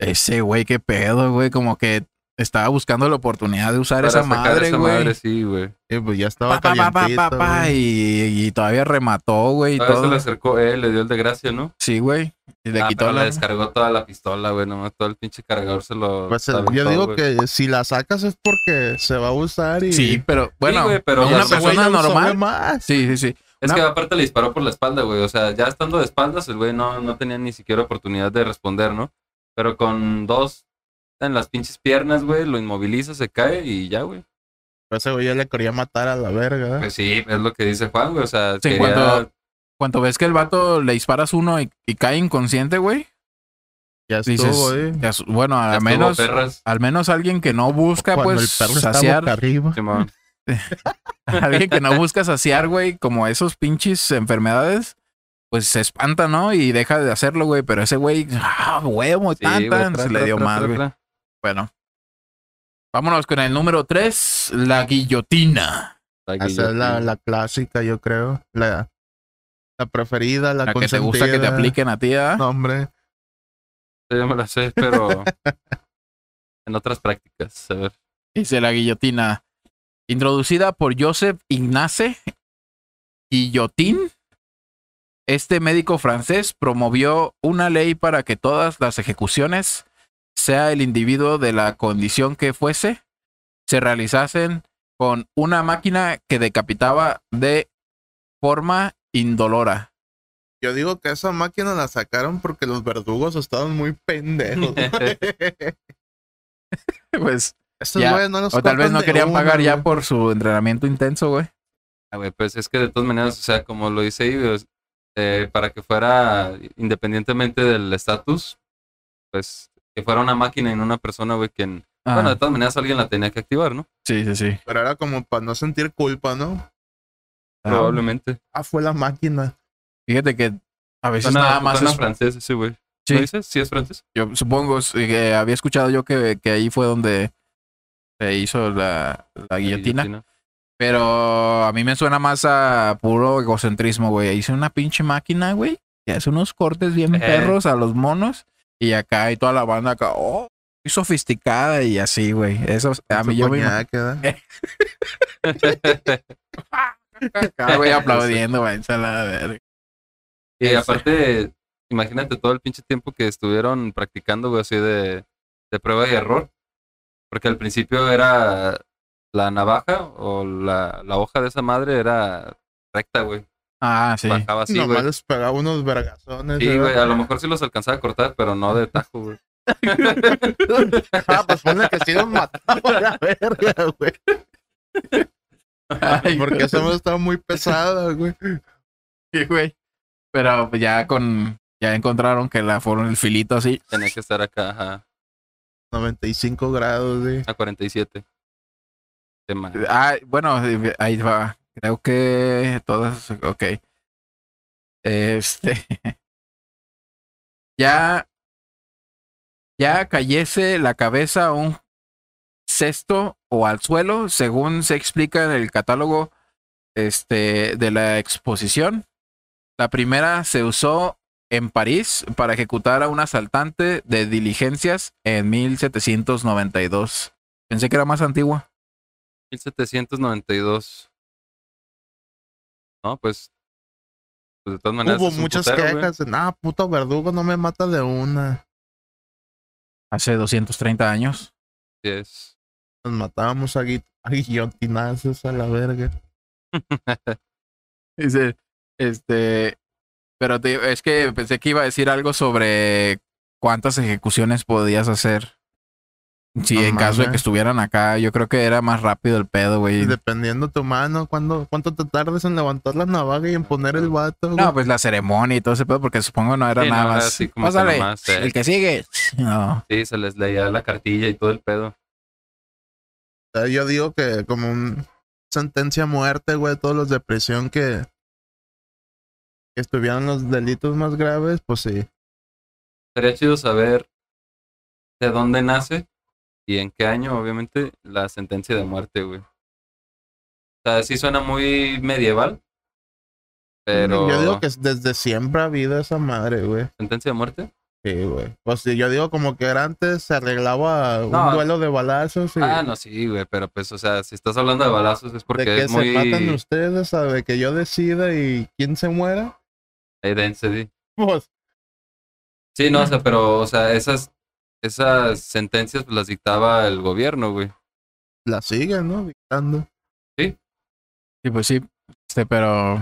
Speaker 1: Ese güey, qué pedo, güey. Como que estaba buscando la oportunidad de usar
Speaker 3: Para
Speaker 1: esa
Speaker 3: sacar
Speaker 1: madre,
Speaker 3: esa
Speaker 1: güey.
Speaker 3: sí, güey.
Speaker 2: Y pues ya estaba
Speaker 1: Pa, pa, pa, pa, pa,
Speaker 2: calientito,
Speaker 1: pa,
Speaker 2: güey.
Speaker 1: y, y todavía remató, güey. y
Speaker 3: Todavía se
Speaker 1: todo.
Speaker 3: le acercó él, le dio el de gracia, ¿no?
Speaker 1: Sí, güey. Y le
Speaker 3: Ah,
Speaker 1: quitó
Speaker 3: pero
Speaker 1: la.
Speaker 3: le descargó toda la pistola, güey. Nomás todo el pinche cargador se lo.
Speaker 2: Pues,
Speaker 3: se aventó,
Speaker 2: yo digo
Speaker 3: güey.
Speaker 2: que si la sacas es porque se va a usar y...
Speaker 1: Sí, pero bueno,
Speaker 3: güey, pero
Speaker 1: a
Speaker 3: ya
Speaker 1: una
Speaker 3: se-
Speaker 1: persona
Speaker 2: güey, ya usó de
Speaker 1: normal.
Speaker 2: más.
Speaker 1: Sí, sí, sí.
Speaker 3: Es
Speaker 1: no.
Speaker 3: que aparte le disparó por la espalda, güey. O sea, ya estando de espaldas, el güey no, no tenía ni siquiera oportunidad de responder, ¿no? Pero con dos en las pinches piernas, güey, lo inmoviliza, se cae y ya, güey.
Speaker 2: Pero ese güey ya le quería matar a la verga.
Speaker 3: Pues sí, es lo que dice Juan, güey. O sea,
Speaker 1: Sí, en
Speaker 3: quería-
Speaker 1: cuanto- Cuando ves que el vato le disparas uno y, y cae inconsciente, güey,
Speaker 2: Ya
Speaker 1: dices,
Speaker 2: estuvo, eh.
Speaker 1: ya su- bueno, al
Speaker 3: ya estuvo,
Speaker 1: menos,
Speaker 3: perras.
Speaker 1: al menos alguien que no busca,
Speaker 2: Cuando
Speaker 1: pues,
Speaker 2: el perro está boca
Speaker 1: saciar,
Speaker 2: arriba.
Speaker 3: Simón.
Speaker 1: alguien que no busca saciar, güey, como esos pinches enfermedades, pues se espanta, ¿no? Y deja de hacerlo, güey. Pero ese güey, ah, huevo,
Speaker 3: Sí,
Speaker 1: tan,
Speaker 3: güey,
Speaker 1: tan,
Speaker 3: tra,
Speaker 1: se
Speaker 3: tra,
Speaker 1: le dio
Speaker 3: tra,
Speaker 1: mal,
Speaker 3: tra,
Speaker 1: güey.
Speaker 3: tra.
Speaker 1: Bueno. Vámonos con el número 3, la guillotina.
Speaker 3: La
Speaker 2: Esa es la,
Speaker 3: guillotina.
Speaker 2: la clásica, yo creo. La, la preferida, la,
Speaker 1: La, que te gusta que te
Speaker 2: consentida.
Speaker 1: apliquen a ti, ¿ah?
Speaker 2: No, hombre.
Speaker 3: Sí, Yo me la sé, pero en otras prácticas. A ver.
Speaker 1: Dice la guillotina. Introducida por Joseph Ignace Guillotin, este médico francés promovió una ley para que todas las ejecuciones, sea el individuo de la condición que fuese, se realizasen con una máquina que decapitaba de forma indolora.
Speaker 2: Yo digo que esa máquina la sacaron porque los verdugos estaban muy pendejos.
Speaker 1: Pues,
Speaker 2: Esos
Speaker 1: Ya.
Speaker 2: güeyes no los
Speaker 1: o tal vez
Speaker 2: cortan
Speaker 1: no
Speaker 2: de
Speaker 1: querían
Speaker 2: una,
Speaker 1: pagar ya
Speaker 2: güey.
Speaker 1: por su entrenamiento intenso, güey.
Speaker 3: Ah, güey, pues es que de todas maneras, o sea, como lo dice ahí, pues, eh, para que fuera independientemente del estatus, pues que fuera una máquina y no una persona, güey, quien.
Speaker 1: Ah,
Speaker 3: Bueno, de todas maneras alguien la tenía que activar, ¿no?
Speaker 1: sí, sí, sí.
Speaker 2: Pero era como para no sentir culpa, ¿no?
Speaker 1: Ah,
Speaker 3: Probablemente.
Speaker 2: Ah, fue la máquina.
Speaker 1: Fíjate que a veces
Speaker 3: Suena,
Speaker 1: nada más
Speaker 3: suena
Speaker 1: es
Speaker 3: francés ese, güey.
Speaker 1: Sí.
Speaker 3: ¿Lo dices? Sí, es francés.
Speaker 1: Yo supongo sí, que había escuchado yo que, que ahí fue donde se hizo la, la guillotina. Pero a mí me suena más a puro egocentrismo, güey. Hice una pinche máquina, güey. Que hace unos cortes bien
Speaker 3: Eh.
Speaker 1: perros a los monos. Y acá hay toda la banda acá. Oh, muy sofisticada y así, güey. Eso
Speaker 3: Ah,
Speaker 1: a mí
Speaker 2: Su
Speaker 1: yo me imagino
Speaker 2: coñac, ¿verdad?
Speaker 1: acá, güey, aplaudiendo, güey. se la verga.
Speaker 3: Y
Speaker 1: Ese.
Speaker 3: aparte, imagínate todo el pinche tiempo que estuvieron practicando, güey, así de, de prueba y error. Porque al principio era la navaja o la, la hoja de esa madre era recta, güey.
Speaker 1: Ah, sí.
Speaker 3: Bajaba así,
Speaker 2: Nomás
Speaker 3: güey.
Speaker 2: les pegaba unos vergazones.
Speaker 3: Sí,
Speaker 2: ¿verdad?
Speaker 3: güey, a lo mejor sí los alcanzaba a cortar, pero no de tajo, güey.
Speaker 2: Ah, pues ponle que sí los mataba a la verga, güey.
Speaker 1: Ay,
Speaker 2: Porque
Speaker 1: güey.
Speaker 2: esa madre estaba muy pesada, güey.
Speaker 1: Sí, güey. Pero pues, ya con. Ya encontraron que la fueron el filito así.
Speaker 3: Tenía que estar acá ajá,
Speaker 2: 95 grados, güey.
Speaker 3: a 47. Qué mal.
Speaker 1: Ah, bueno, eh, ahí va. Creo que todas. Ok. Este. Ya. Ya cayese la cabeza a un cesto o al suelo, según se explica en el catálogo este, de la exposición. La primera se usó en París para ejecutar a un asaltante de diligencias en 1792. Pensé que era más antigua.
Speaker 3: 1792. No, pues. Pues de todas maneras.
Speaker 2: Hubo
Speaker 3: es un
Speaker 2: muchas
Speaker 3: putero, güey.
Speaker 2: quejas. de, Ah, puto verdugo, no me mata de una.
Speaker 1: hace 230 años.
Speaker 3: Sí, es.
Speaker 2: Nos matábamos a, gui- a guillotinazos a la verga.
Speaker 1: Dice, este, pero te- es que pensé que iba a decir algo sobre cuántas ejecuciones podías hacer. Si
Speaker 2: No
Speaker 1: en caso de
Speaker 2: mames.
Speaker 1: que estuvieran acá, yo creo que era más rápido el pedo,
Speaker 2: Y
Speaker 1: güey.
Speaker 2: dependiendo tu mano, ¿cuándo, ¿cuánto te tardes en levantar la navaja y en poner el vato? güey?
Speaker 1: No, pues la ceremonia y todo ese pedo, porque supongo no era
Speaker 3: Sí, no,
Speaker 1: nada
Speaker 3: era
Speaker 1: más.
Speaker 3: así como que
Speaker 1: Pásale,
Speaker 3: nomás, eh.
Speaker 1: el que sigue. No.
Speaker 3: Sí, se les leía la cartilla y todo el pedo.
Speaker 2: O sea, Yo digo que como un sentencia a muerte, güey, todos los de prisión que, que estuvieran los delitos más graves, pues sí.
Speaker 3: Sería chido saber de dónde nace y en qué año, obviamente, la sentencia de muerte, güey. O sea, sí suena muy medieval, pero...
Speaker 2: Yo digo que es- desde siempre ha habido esa madre, güey.
Speaker 3: ¿Sentencia de muerte?
Speaker 2: Sí, güey. Pues sí, yo digo como que era antes se arreglaba un
Speaker 3: No.
Speaker 2: duelo de balazos y
Speaker 3: Ah, no, sí, güey, pero pues, o sea, si estás hablando de balazos es
Speaker 2: de
Speaker 3: porque
Speaker 2: que
Speaker 3: es
Speaker 2: se
Speaker 3: muy...
Speaker 2: matan ustedes, sabe que yo decida y quién se muera.
Speaker 3: Ahí dense, sí.
Speaker 2: Pues
Speaker 3: Sí, no, o sea, pero, o sea, esas, esas sentencias pues, las dictaba el gobierno, güey.
Speaker 2: la siguen, ¿no? Dictando.
Speaker 1: Sí, pues sí. Este, pero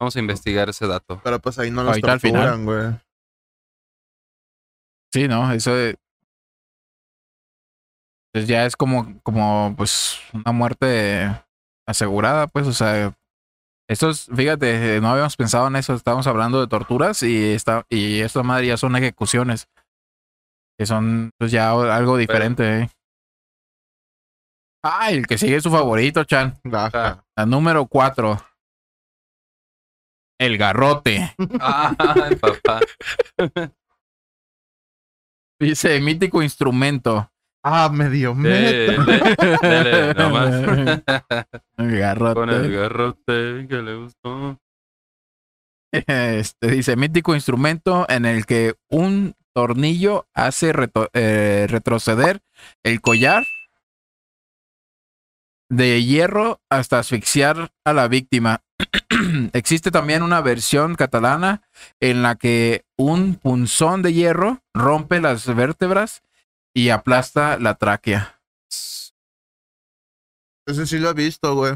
Speaker 3: Vamos a investigar ese dato.
Speaker 2: Pero pues ahí no los
Speaker 1: Ahorita al final.
Speaker 2: torturan, güey.
Speaker 1: Sí, ¿no? Eso de... Pues ya es como, como, pues, una muerte asegurada, pues, o sea, estos, fíjate, eh, no habíamos pensado en eso, estábamos hablando de torturas y esta, y esta madre ya son ejecuciones, que son, pues, ya o- algo diferente, ¿eh? Ay, el que sigue es su favorito, Chan,
Speaker 2: Ajá.
Speaker 1: la número cuatro. El garrote.
Speaker 3: Ah, el papá.
Speaker 1: Dice, mítico instrumento.
Speaker 2: Ah, medio metro.
Speaker 3: Dele, dele, nomás.
Speaker 1: El
Speaker 3: Con el
Speaker 1: garrote.
Speaker 3: garrote que le gustó.
Speaker 1: Este, dice, mítico instrumento en el que un tornillo hace reto- eh, retroceder el collar de hierro hasta asfixiar a la víctima. Existe también una versión catalana en la que un punzón de hierro rompe las vértebras y aplasta la tráquea.
Speaker 2: Ese sí lo he visto, güey.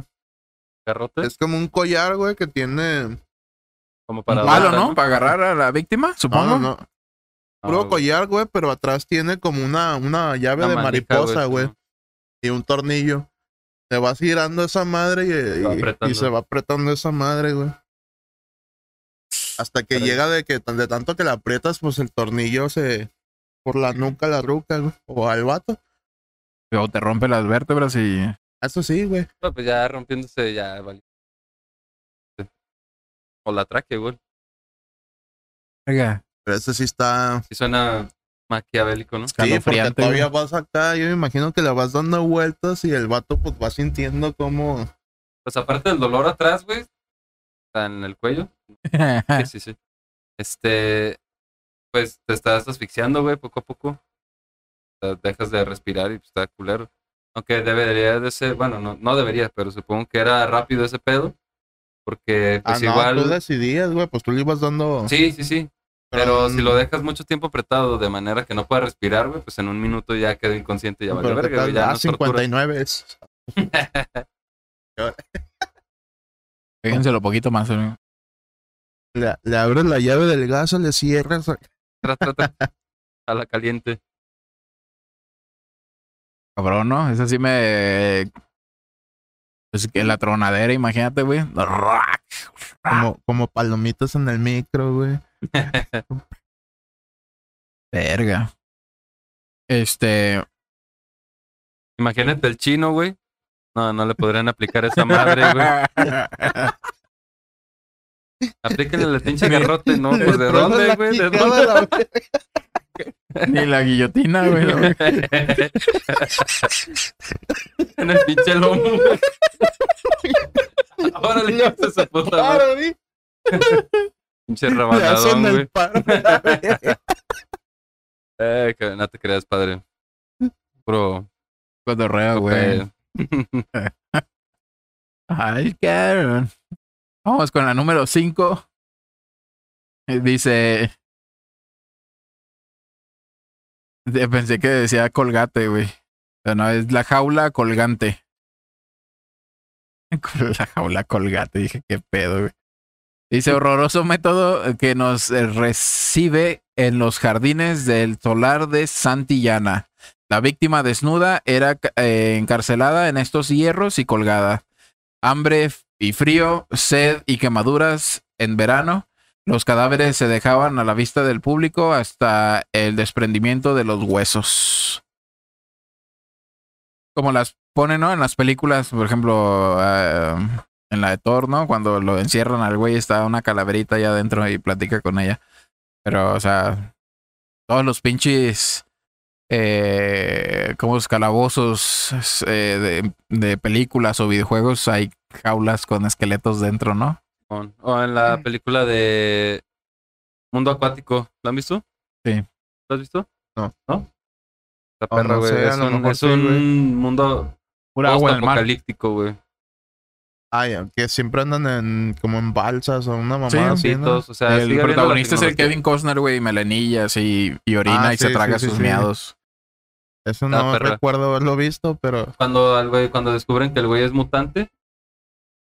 Speaker 3: ¿Garrote?
Speaker 2: Es como un collar, güey, que tiene.
Speaker 3: Como para.
Speaker 1: Malo,
Speaker 3: adorar,
Speaker 1: ¿no? Para agarrar a la víctima,
Speaker 2: No,
Speaker 1: supongo.
Speaker 2: no, no.
Speaker 3: Ah, No,
Speaker 2: Puro
Speaker 3: güey.
Speaker 2: collar, güey, pero atrás tiene como una, una llave
Speaker 3: Una
Speaker 2: de
Speaker 3: manija,
Speaker 2: mariposa,
Speaker 3: güey,
Speaker 2: güey. Y un tornillo. Te vas girando esa madre y,
Speaker 3: va
Speaker 2: y- y
Speaker 3: apretando.
Speaker 2: se va apretando esa madre, güey. Hasta que
Speaker 3: Caray.
Speaker 2: llega de que tan- de tanto que la aprietas, pues el tornillo se. por la nuca a la ruca, güey. O al vato.
Speaker 1: O te rompe las vértebras y
Speaker 2: Eso sí, güey.
Speaker 3: No, pues ya rompiéndose, ya vale. O la traque, güey.
Speaker 1: Oiga,
Speaker 2: Pero ese sí está.
Speaker 3: Sí suena maquiavélico, ¿no?
Speaker 2: Sí, porque
Speaker 1: escalofriante, güey.
Speaker 2: todavía vas acá, yo me imagino que le vas dando vueltas y el vato pues va sintiendo como...
Speaker 3: Pues aparte del dolor atrás, güey. o sea, En el cuello.
Speaker 1: Ah.
Speaker 3: Sí, sí, sí. Este. Pues te estás asfixiando, güey, poco a poco. O sea, dejas de respirar y pues, está culero. Aunque debería de ser. Bueno, no, no debería, pero supongo que era rápido ese pedo. Porque,
Speaker 2: ah,
Speaker 3: pues
Speaker 2: no,
Speaker 3: igual.
Speaker 2: tú decidías, güey, pues tú le ibas dando...
Speaker 3: Sí, sí, sí. Pero si lo
Speaker 2: dejas
Speaker 3: dejas mucho tiempo apretado de manera que no pueda respirar, güey, pues en un minuto ya quedó inconsciente y ya vale
Speaker 2: Pero
Speaker 3: verga, güey, ya no
Speaker 2: ah,
Speaker 3: es tortura.
Speaker 2: 59 es...
Speaker 1: Fíjenselo poquito más. eh, ¿no?
Speaker 2: Le, le abres la llave del gas, le cierras... ah,
Speaker 3: Tra, tra, tra. A la caliente.
Speaker 1: Cabrón, ¿no? Esa sí me. Pues que la tronadera, imagínate, güey. Rack.
Speaker 2: Como, como palomitas en el micro, güey.
Speaker 1: Verga. Este.
Speaker 3: Imagínate el chino, güey. No, no le podrían aplicar esa madre, güey. Aplíquenle el pinche garrote, ¿no? Pues de
Speaker 2: Le truena
Speaker 3: dónde,
Speaker 2: la
Speaker 3: güey, de
Speaker 2: quijada
Speaker 3: dónde.
Speaker 2: a la vez.
Speaker 1: Ni la guillotina, güey. la verga.
Speaker 3: en el pinche lomo, güey. Ahora le hice esa puta madre.
Speaker 2: Claro, güey.
Speaker 3: Pinche
Speaker 2: Le hacen
Speaker 3: rabanadón, güey.
Speaker 2: el paro. la vez.
Speaker 3: Eh, que no te creas, padre. Puro.
Speaker 2: Ah,
Speaker 1: Cotorreo, güey.
Speaker 3: eh,
Speaker 1: Ay, cabrón. Vamos con la número 5. Dice. de- Pensé que decía colgate, güey. Pero no, es la jaula colgante. Con La jaula colgate, dije, qué pedo, güey. Dice horroroso método que nos eh, recibe en los jardines del solar de Santillana. La víctima desnuda era eh, encarcelada en estos hierros y colgada hambre y frío, sed y quemaduras en verano. Los cadáveres se dejaban a la vista del público hasta el desprendimiento de los huesos. Como las ponen, ¿no? En las películas, por ejemplo, eh, en la de Thor, ¿no? Cuando lo encierran al güey está una calaverita allá adentro y platica con ella. Pero, o sea, todos los pinches... Eh, como los calabozos eh, de, de películas o videojuegos hay jaulas con esqueletos dentro, ¿no?
Speaker 3: on. O en la película de Mundo Acuático. ¿La han visto?
Speaker 1: Sí.
Speaker 3: ¿La has visto?
Speaker 2: No.
Speaker 3: ¿No? La
Speaker 2: O
Speaker 3: perra,
Speaker 2: no
Speaker 3: güey.
Speaker 2: sé, a
Speaker 3: es
Speaker 2: lo
Speaker 3: un,
Speaker 2: mejor
Speaker 3: es
Speaker 2: sí,
Speaker 3: un
Speaker 2: güey.
Speaker 3: mundo
Speaker 1: Pura agua del mar.
Speaker 3: apocalíptico, güey.
Speaker 2: Ay, que siempre andan en, como en balsas o una
Speaker 1: Sí,
Speaker 2: mamada así,
Speaker 3: Sí,
Speaker 2: ¿no?
Speaker 3: todos, o
Speaker 1: El
Speaker 3: sea, sigue habiendo la
Speaker 1: protagonista es el
Speaker 3: tecnología.
Speaker 1: Kevin Costner, güey, y melenillas y, y orina
Speaker 2: Ah,
Speaker 1: y se
Speaker 2: sí,
Speaker 1: traga
Speaker 2: sí, sí,
Speaker 1: sus
Speaker 2: sí.
Speaker 1: miados.
Speaker 2: Eso
Speaker 3: Está
Speaker 2: no
Speaker 3: perra.
Speaker 2: recuerdo haberlo visto, pero...
Speaker 3: Cuando, al güey, cuando descubren que el güey es mutante,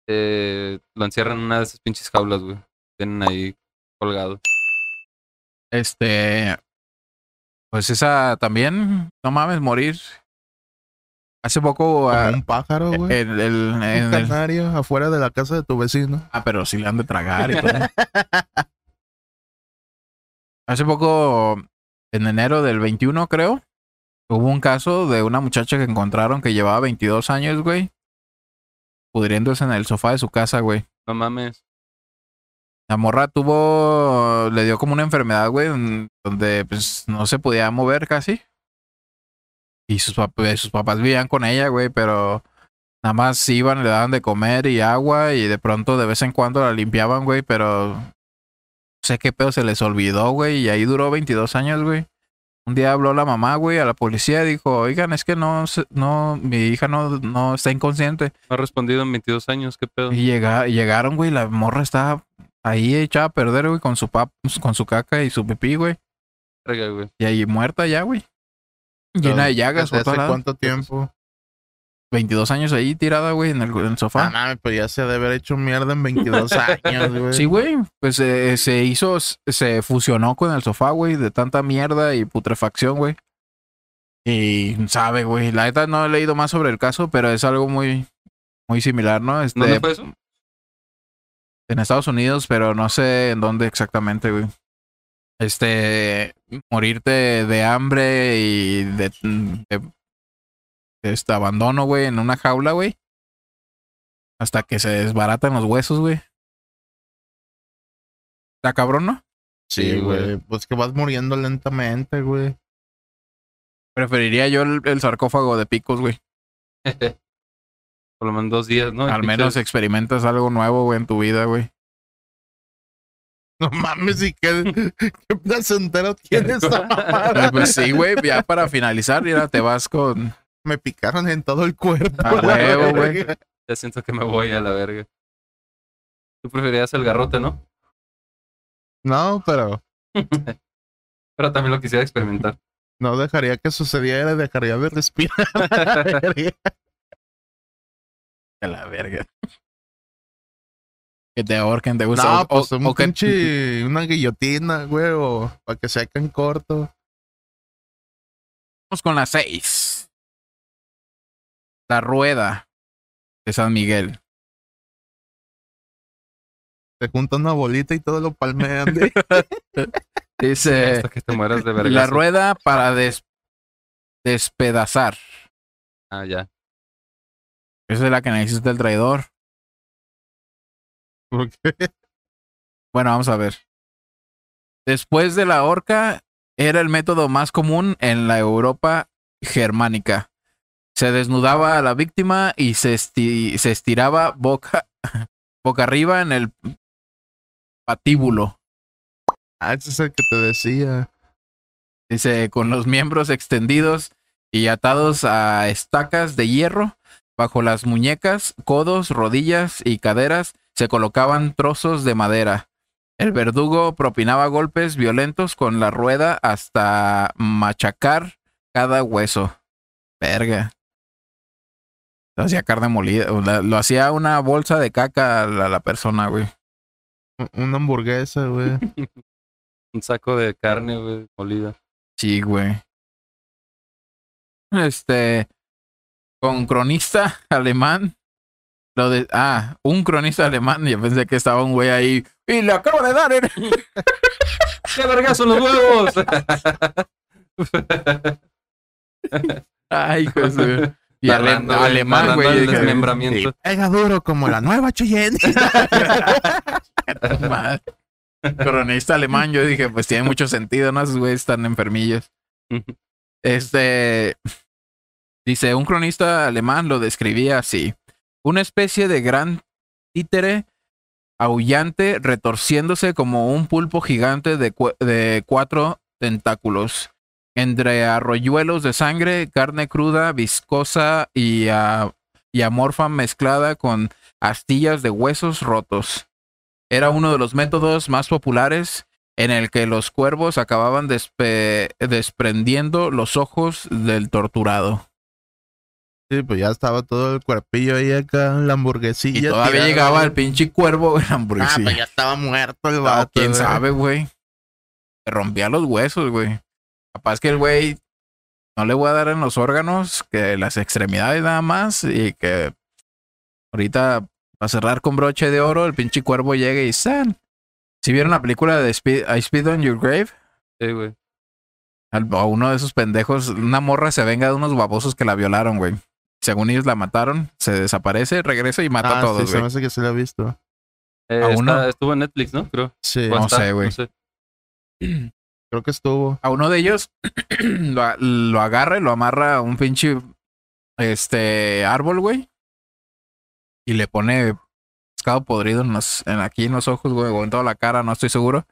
Speaker 3: eh, lo encierran en una de esas pinches jaulas, güey. Tienen ahí colgado.
Speaker 1: Este. Pues esa también, no mames, morir. Hace poco.
Speaker 2: Como
Speaker 1: ah,
Speaker 2: un pájaro, güey.
Speaker 1: el- el-
Speaker 2: un
Speaker 1: en el-
Speaker 2: canario afuera de la casa de tu vecino.
Speaker 1: Ah, pero sí le han de tragar y todo. Hace poco, en enero del 21, creo, hubo un caso de una muchacha que encontraron que llevaba 22 años, güey, pudriéndose en el sofá de su casa, güey.
Speaker 3: No mames.
Speaker 1: La morra tuvo, le dio como una enfermedad, güey, en- donde pues no se podía mover casi. Y sus, pap- eh, sus papás vivían con ella, güey, pero nada más iban, le daban de comer y agua y de pronto de vez en cuando la limpiaban, güey, pero no sé qué pedo se les olvidó, güey, y ahí duró 22 años, güey. Un día habló la mamá, güey, a la policía y dijo, oigan, es que no, se- no, mi hija no, no está inconsciente.
Speaker 3: No ha respondido en 22 años, qué pedo.
Speaker 1: Y llega, y llegaron, güey, la morra estaba ahí echada a perder, güey, con su pap con su caca y su pipí, güey.
Speaker 3: Verga, güey.
Speaker 1: Y ahí muerta ya, güey. Llena de llagas,
Speaker 2: ¿Desde
Speaker 1: por
Speaker 2: ¿Hace
Speaker 1: todos lados.
Speaker 2: cuánto tiempo?
Speaker 1: 22 años ahí tirada, güey, en el, en el
Speaker 2: Ah,
Speaker 1: sofá.
Speaker 2: mames, pues ya se ha de haber hecho mierda en 22 años, güey.
Speaker 1: Sí, güey. Pues eh, se hizo, se fusionó con el sofá, güey, de tanta mierda y putrefacción, güey. Y sabe, güey. La neta no he leído más sobre el caso, pero es algo muy, muy similar, ¿no? Este,
Speaker 3: ¿Dónde fue eso?
Speaker 1: en Estados Unidos, pero no sé en dónde exactamente, güey. Este, morirte de hambre y de, de- de este abandono, güey, en una jaula, güey. Hasta que se desbaratan los huesos, güey. Está cabrón, ¿no?
Speaker 2: Sí, güey. Pues que vas muriendo lentamente, güey.
Speaker 1: Preferiría yo el, el sarcófago de picos, güey.
Speaker 3: Por lo menos dos días, ¿no? El
Speaker 1: Al
Speaker 3: pinche-
Speaker 1: menos experimentas algo nuevo, güey, en tu vida, güey.
Speaker 2: No mames, y qué, qué placentero tiene esta mamada.
Speaker 1: Pero, Pues sí, güey, ya para finalizar, mira, te vas con...
Speaker 2: Me picaron en todo el cuerpo.
Speaker 1: A huevo, güey.
Speaker 3: Ya siento que me voy a la verga. Tú preferirías el garrote, ¿no?
Speaker 2: No, pero
Speaker 3: Pero también lo quisiera experimentar.
Speaker 2: no dejaría que sucediera, dejaría de respirar.
Speaker 1: A la verga. Que te ahorquen, te gusta.
Speaker 2: no,
Speaker 1: O-
Speaker 2: pues
Speaker 1: o-
Speaker 2: un
Speaker 1: o que-
Speaker 2: pinche- una guillotina, güey, o para que se hagan corto.
Speaker 1: Vamos con las seis. La rueda de San Miguel.
Speaker 2: Te juntan una bolita y todo lo palmean. güey.
Speaker 1: Dice
Speaker 2: este
Speaker 3: Hasta que te mueras de verga.
Speaker 1: Eh, la rueda para des- despedazar.
Speaker 3: Ah, ya.
Speaker 1: Esa es la que necesita el traidor.
Speaker 2: ¿Por qué?
Speaker 1: Bueno, vamos a ver. Después de la horca, era el método más común en la Europa germánica. Se desnudaba a la víctima y se, esti- se estiraba boca, boca arriba en el patíbulo.
Speaker 2: Ah, ese es el que te decía.
Speaker 1: Dice, con los miembros extendidos y atados a estacas de hierro, bajo las muñecas, codos, rodillas y caderas se colocaban trozos de madera. El verdugo propinaba golpes violentos con la rueda hasta machacar cada hueso. Verga. Lo hacía carne molida. o la- Lo hacía una bolsa de caca a la, la persona, güey.
Speaker 2: U- Una hamburguesa, güey.
Speaker 3: Un saco de carne, güey, molida.
Speaker 1: Sí, güey. Este, con cronista alemán, lo de, ah, un cronista alemán, yo pensé que estaba un güey ahí, y le acabo de dar, ¿eh? en-".
Speaker 3: ¡Qué verga son los huevos!
Speaker 1: ay, pues, güey. Y ale-
Speaker 3: Narrando, güey,
Speaker 1: alemán,
Speaker 3: narrando
Speaker 1: güey,
Speaker 3: el
Speaker 1: dije,
Speaker 3: desmembramiento.
Speaker 2: Pega duro como la nueva Cheyenne.
Speaker 1: "Sí, madre". Cronista alemán, yo dije, pues tiene mucho sentido, ¿no? Esos güeyes están enfermillos. Este dice un cronista alemán lo describía así: una especie de gran títere aullante retorciéndose como un pulpo gigante de, cua- de cuatro tentáculos, entre arroyuelos de sangre, carne cruda, viscosa y, ah, y amorfa mezclada con astillas de huesos rotos. Era uno de los métodos más populares en el que los cuervos acababan despe- desprendiendo los ojos del torturado.
Speaker 2: Sí, pues ya estaba todo el cuerpillo ahí acá, la
Speaker 1: Y,
Speaker 2: hamburguesilla.
Speaker 1: todavía
Speaker 2: tirada,
Speaker 1: llegaba
Speaker 2: güey.
Speaker 1: el pinche cuervo güey, la
Speaker 2: Ah,
Speaker 1: hamburguesilla.
Speaker 2: pues ya estaba muerto el
Speaker 1: No,
Speaker 2: vato.
Speaker 1: quién
Speaker 2: güey.
Speaker 1: sabe, güey. Te rompía los huesos, güey. Capaz que el güey no le voy a dar en los órganos, que las extremidades nada más, y que ahorita para cerrar con broche de oro, el pinche cuervo llegue y ¡san! Si vieron la película de Speed, I Speed on Your Grave,
Speaker 3: Sí, güey.
Speaker 1: al- a uno de esos pendejos, una morra se venga de unos babosos que la violaron, güey. Según ellos la mataron, se desaparece, regresa y mata
Speaker 2: Ah,
Speaker 1: a todos,
Speaker 2: sí, se
Speaker 1: güey.
Speaker 2: me hace que se lo ha visto.
Speaker 3: Eh,
Speaker 1: ¿A uno?
Speaker 3: está- estuvo en Netflix, ¿no? Creo.
Speaker 2: Sí,
Speaker 3: O
Speaker 1: No
Speaker 3: está,
Speaker 1: sé, güey.
Speaker 3: No sé.
Speaker 2: creo que estuvo.
Speaker 1: A uno de ellos lo, a- lo agarra y lo amarra a un pinche este árbol, güey. Y le pone pescado podrido en los, en aquí en los ojos, güey, o en toda la cara, no estoy seguro.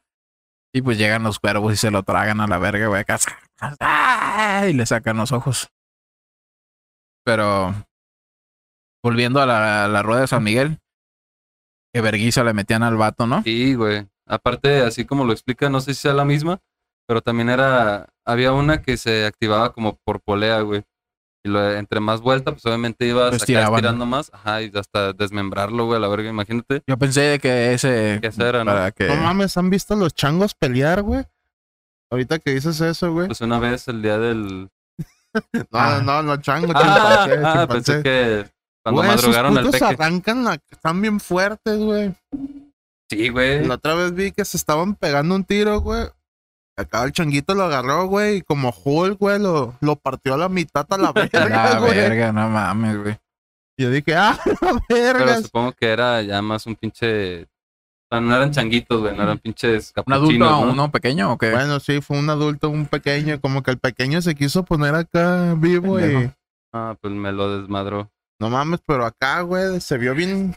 Speaker 1: Y pues llegan los cuervos y se lo tragan a la verga, güey. acá, ¡ah! Y le sacan los ojos. Pero volviendo a la, a la rueda de San Miguel, que verguiza le metían al vato, ¿no?
Speaker 3: Sí, güey. Aparte, así como lo explica, no sé si sea la misma, pero también era. Había una que se activaba como por polea, güey. Y lo, entre más vuelta, pues obviamente ibas
Speaker 1: Lo
Speaker 3: acá
Speaker 1: estiraban.
Speaker 3: estirando más. Ajá, y hasta desmembrarlo, güey, a la verga, imagínate.
Speaker 1: Yo pensé de que ese
Speaker 3: Que ese era, ¿no?
Speaker 1: para que
Speaker 2: No mames, ¿han visto los changos pelear, güey? Ahorita que dices eso, güey.
Speaker 3: Pues una vez el día del.
Speaker 2: No,
Speaker 1: ah.
Speaker 2: no, los changos,
Speaker 3: Ah,
Speaker 2: chimpancé,
Speaker 3: ah,
Speaker 2: chimpancé.
Speaker 3: pensé que cuando
Speaker 2: Güey, esos
Speaker 3: madrugaron al
Speaker 2: putos
Speaker 3: peque.
Speaker 2: arrancan la... Están bien fuertes, güey.
Speaker 3: Sí, güey.
Speaker 2: La otra vez vi que se estaban pegando un tiro, güey. Acá el changuito lo agarró, güey, y como Hulk, güey, lo, lo partió a la mitad a la verga,
Speaker 1: la
Speaker 2: güey.
Speaker 1: verga, no mames, güey.
Speaker 2: Yo dije, ah, la verga.
Speaker 3: Pero supongo que era ya más un pinche. o sea, no eran changuitos, güey, no eran pinches
Speaker 1: ¿Un adulto
Speaker 3: capuchinos. ¿no?
Speaker 1: uno pequeño o qué?
Speaker 2: Bueno, sí, fue un adulto, un pequeño, como que el pequeño se quiso poner acá vivo y...
Speaker 1: Pendejo.
Speaker 3: Ah, pues me lo desmadró.
Speaker 2: No mames, pero acá, güey, se vio bien...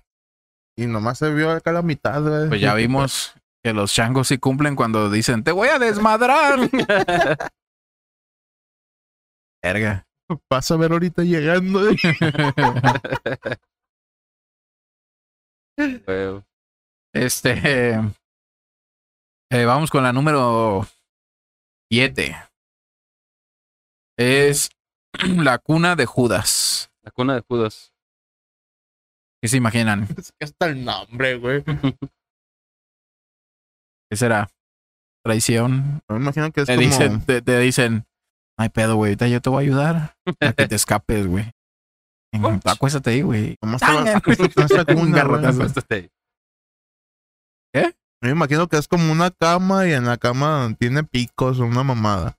Speaker 2: Y nomás se vio acá la mitad, güey.
Speaker 1: pues ya
Speaker 2: Dije,
Speaker 1: vimos que los changos sí cumplen cuando dicen, te voy a desmadrar. Verga.
Speaker 2: Vas a ver ahorita llegando.
Speaker 3: Güey.
Speaker 1: Este. eh, vamos con la número 7. Es la cuna de Judas.
Speaker 3: La cuna de Judas.
Speaker 1: ¿Qué se imaginan?
Speaker 2: es que hasta el nombre, güey.
Speaker 1: ¿Qué será? ¿Traición?
Speaker 2: Me imagino que es
Speaker 1: Te
Speaker 2: como...
Speaker 1: dicen, te, te dicen, ay pedo, güey, ahorita yo te voy a ayudar a que te escapes, güey.
Speaker 3: Ups.
Speaker 1: Acuéstate ahí, güey.
Speaker 2: Nomás te va-
Speaker 1: Sangre.
Speaker 2: no está como
Speaker 1: Un
Speaker 2: una, güey.
Speaker 1: garrotazo.
Speaker 3: Acuéstate.
Speaker 2: Me imagino que es como una cama y en la cama tiene picos o una mamada.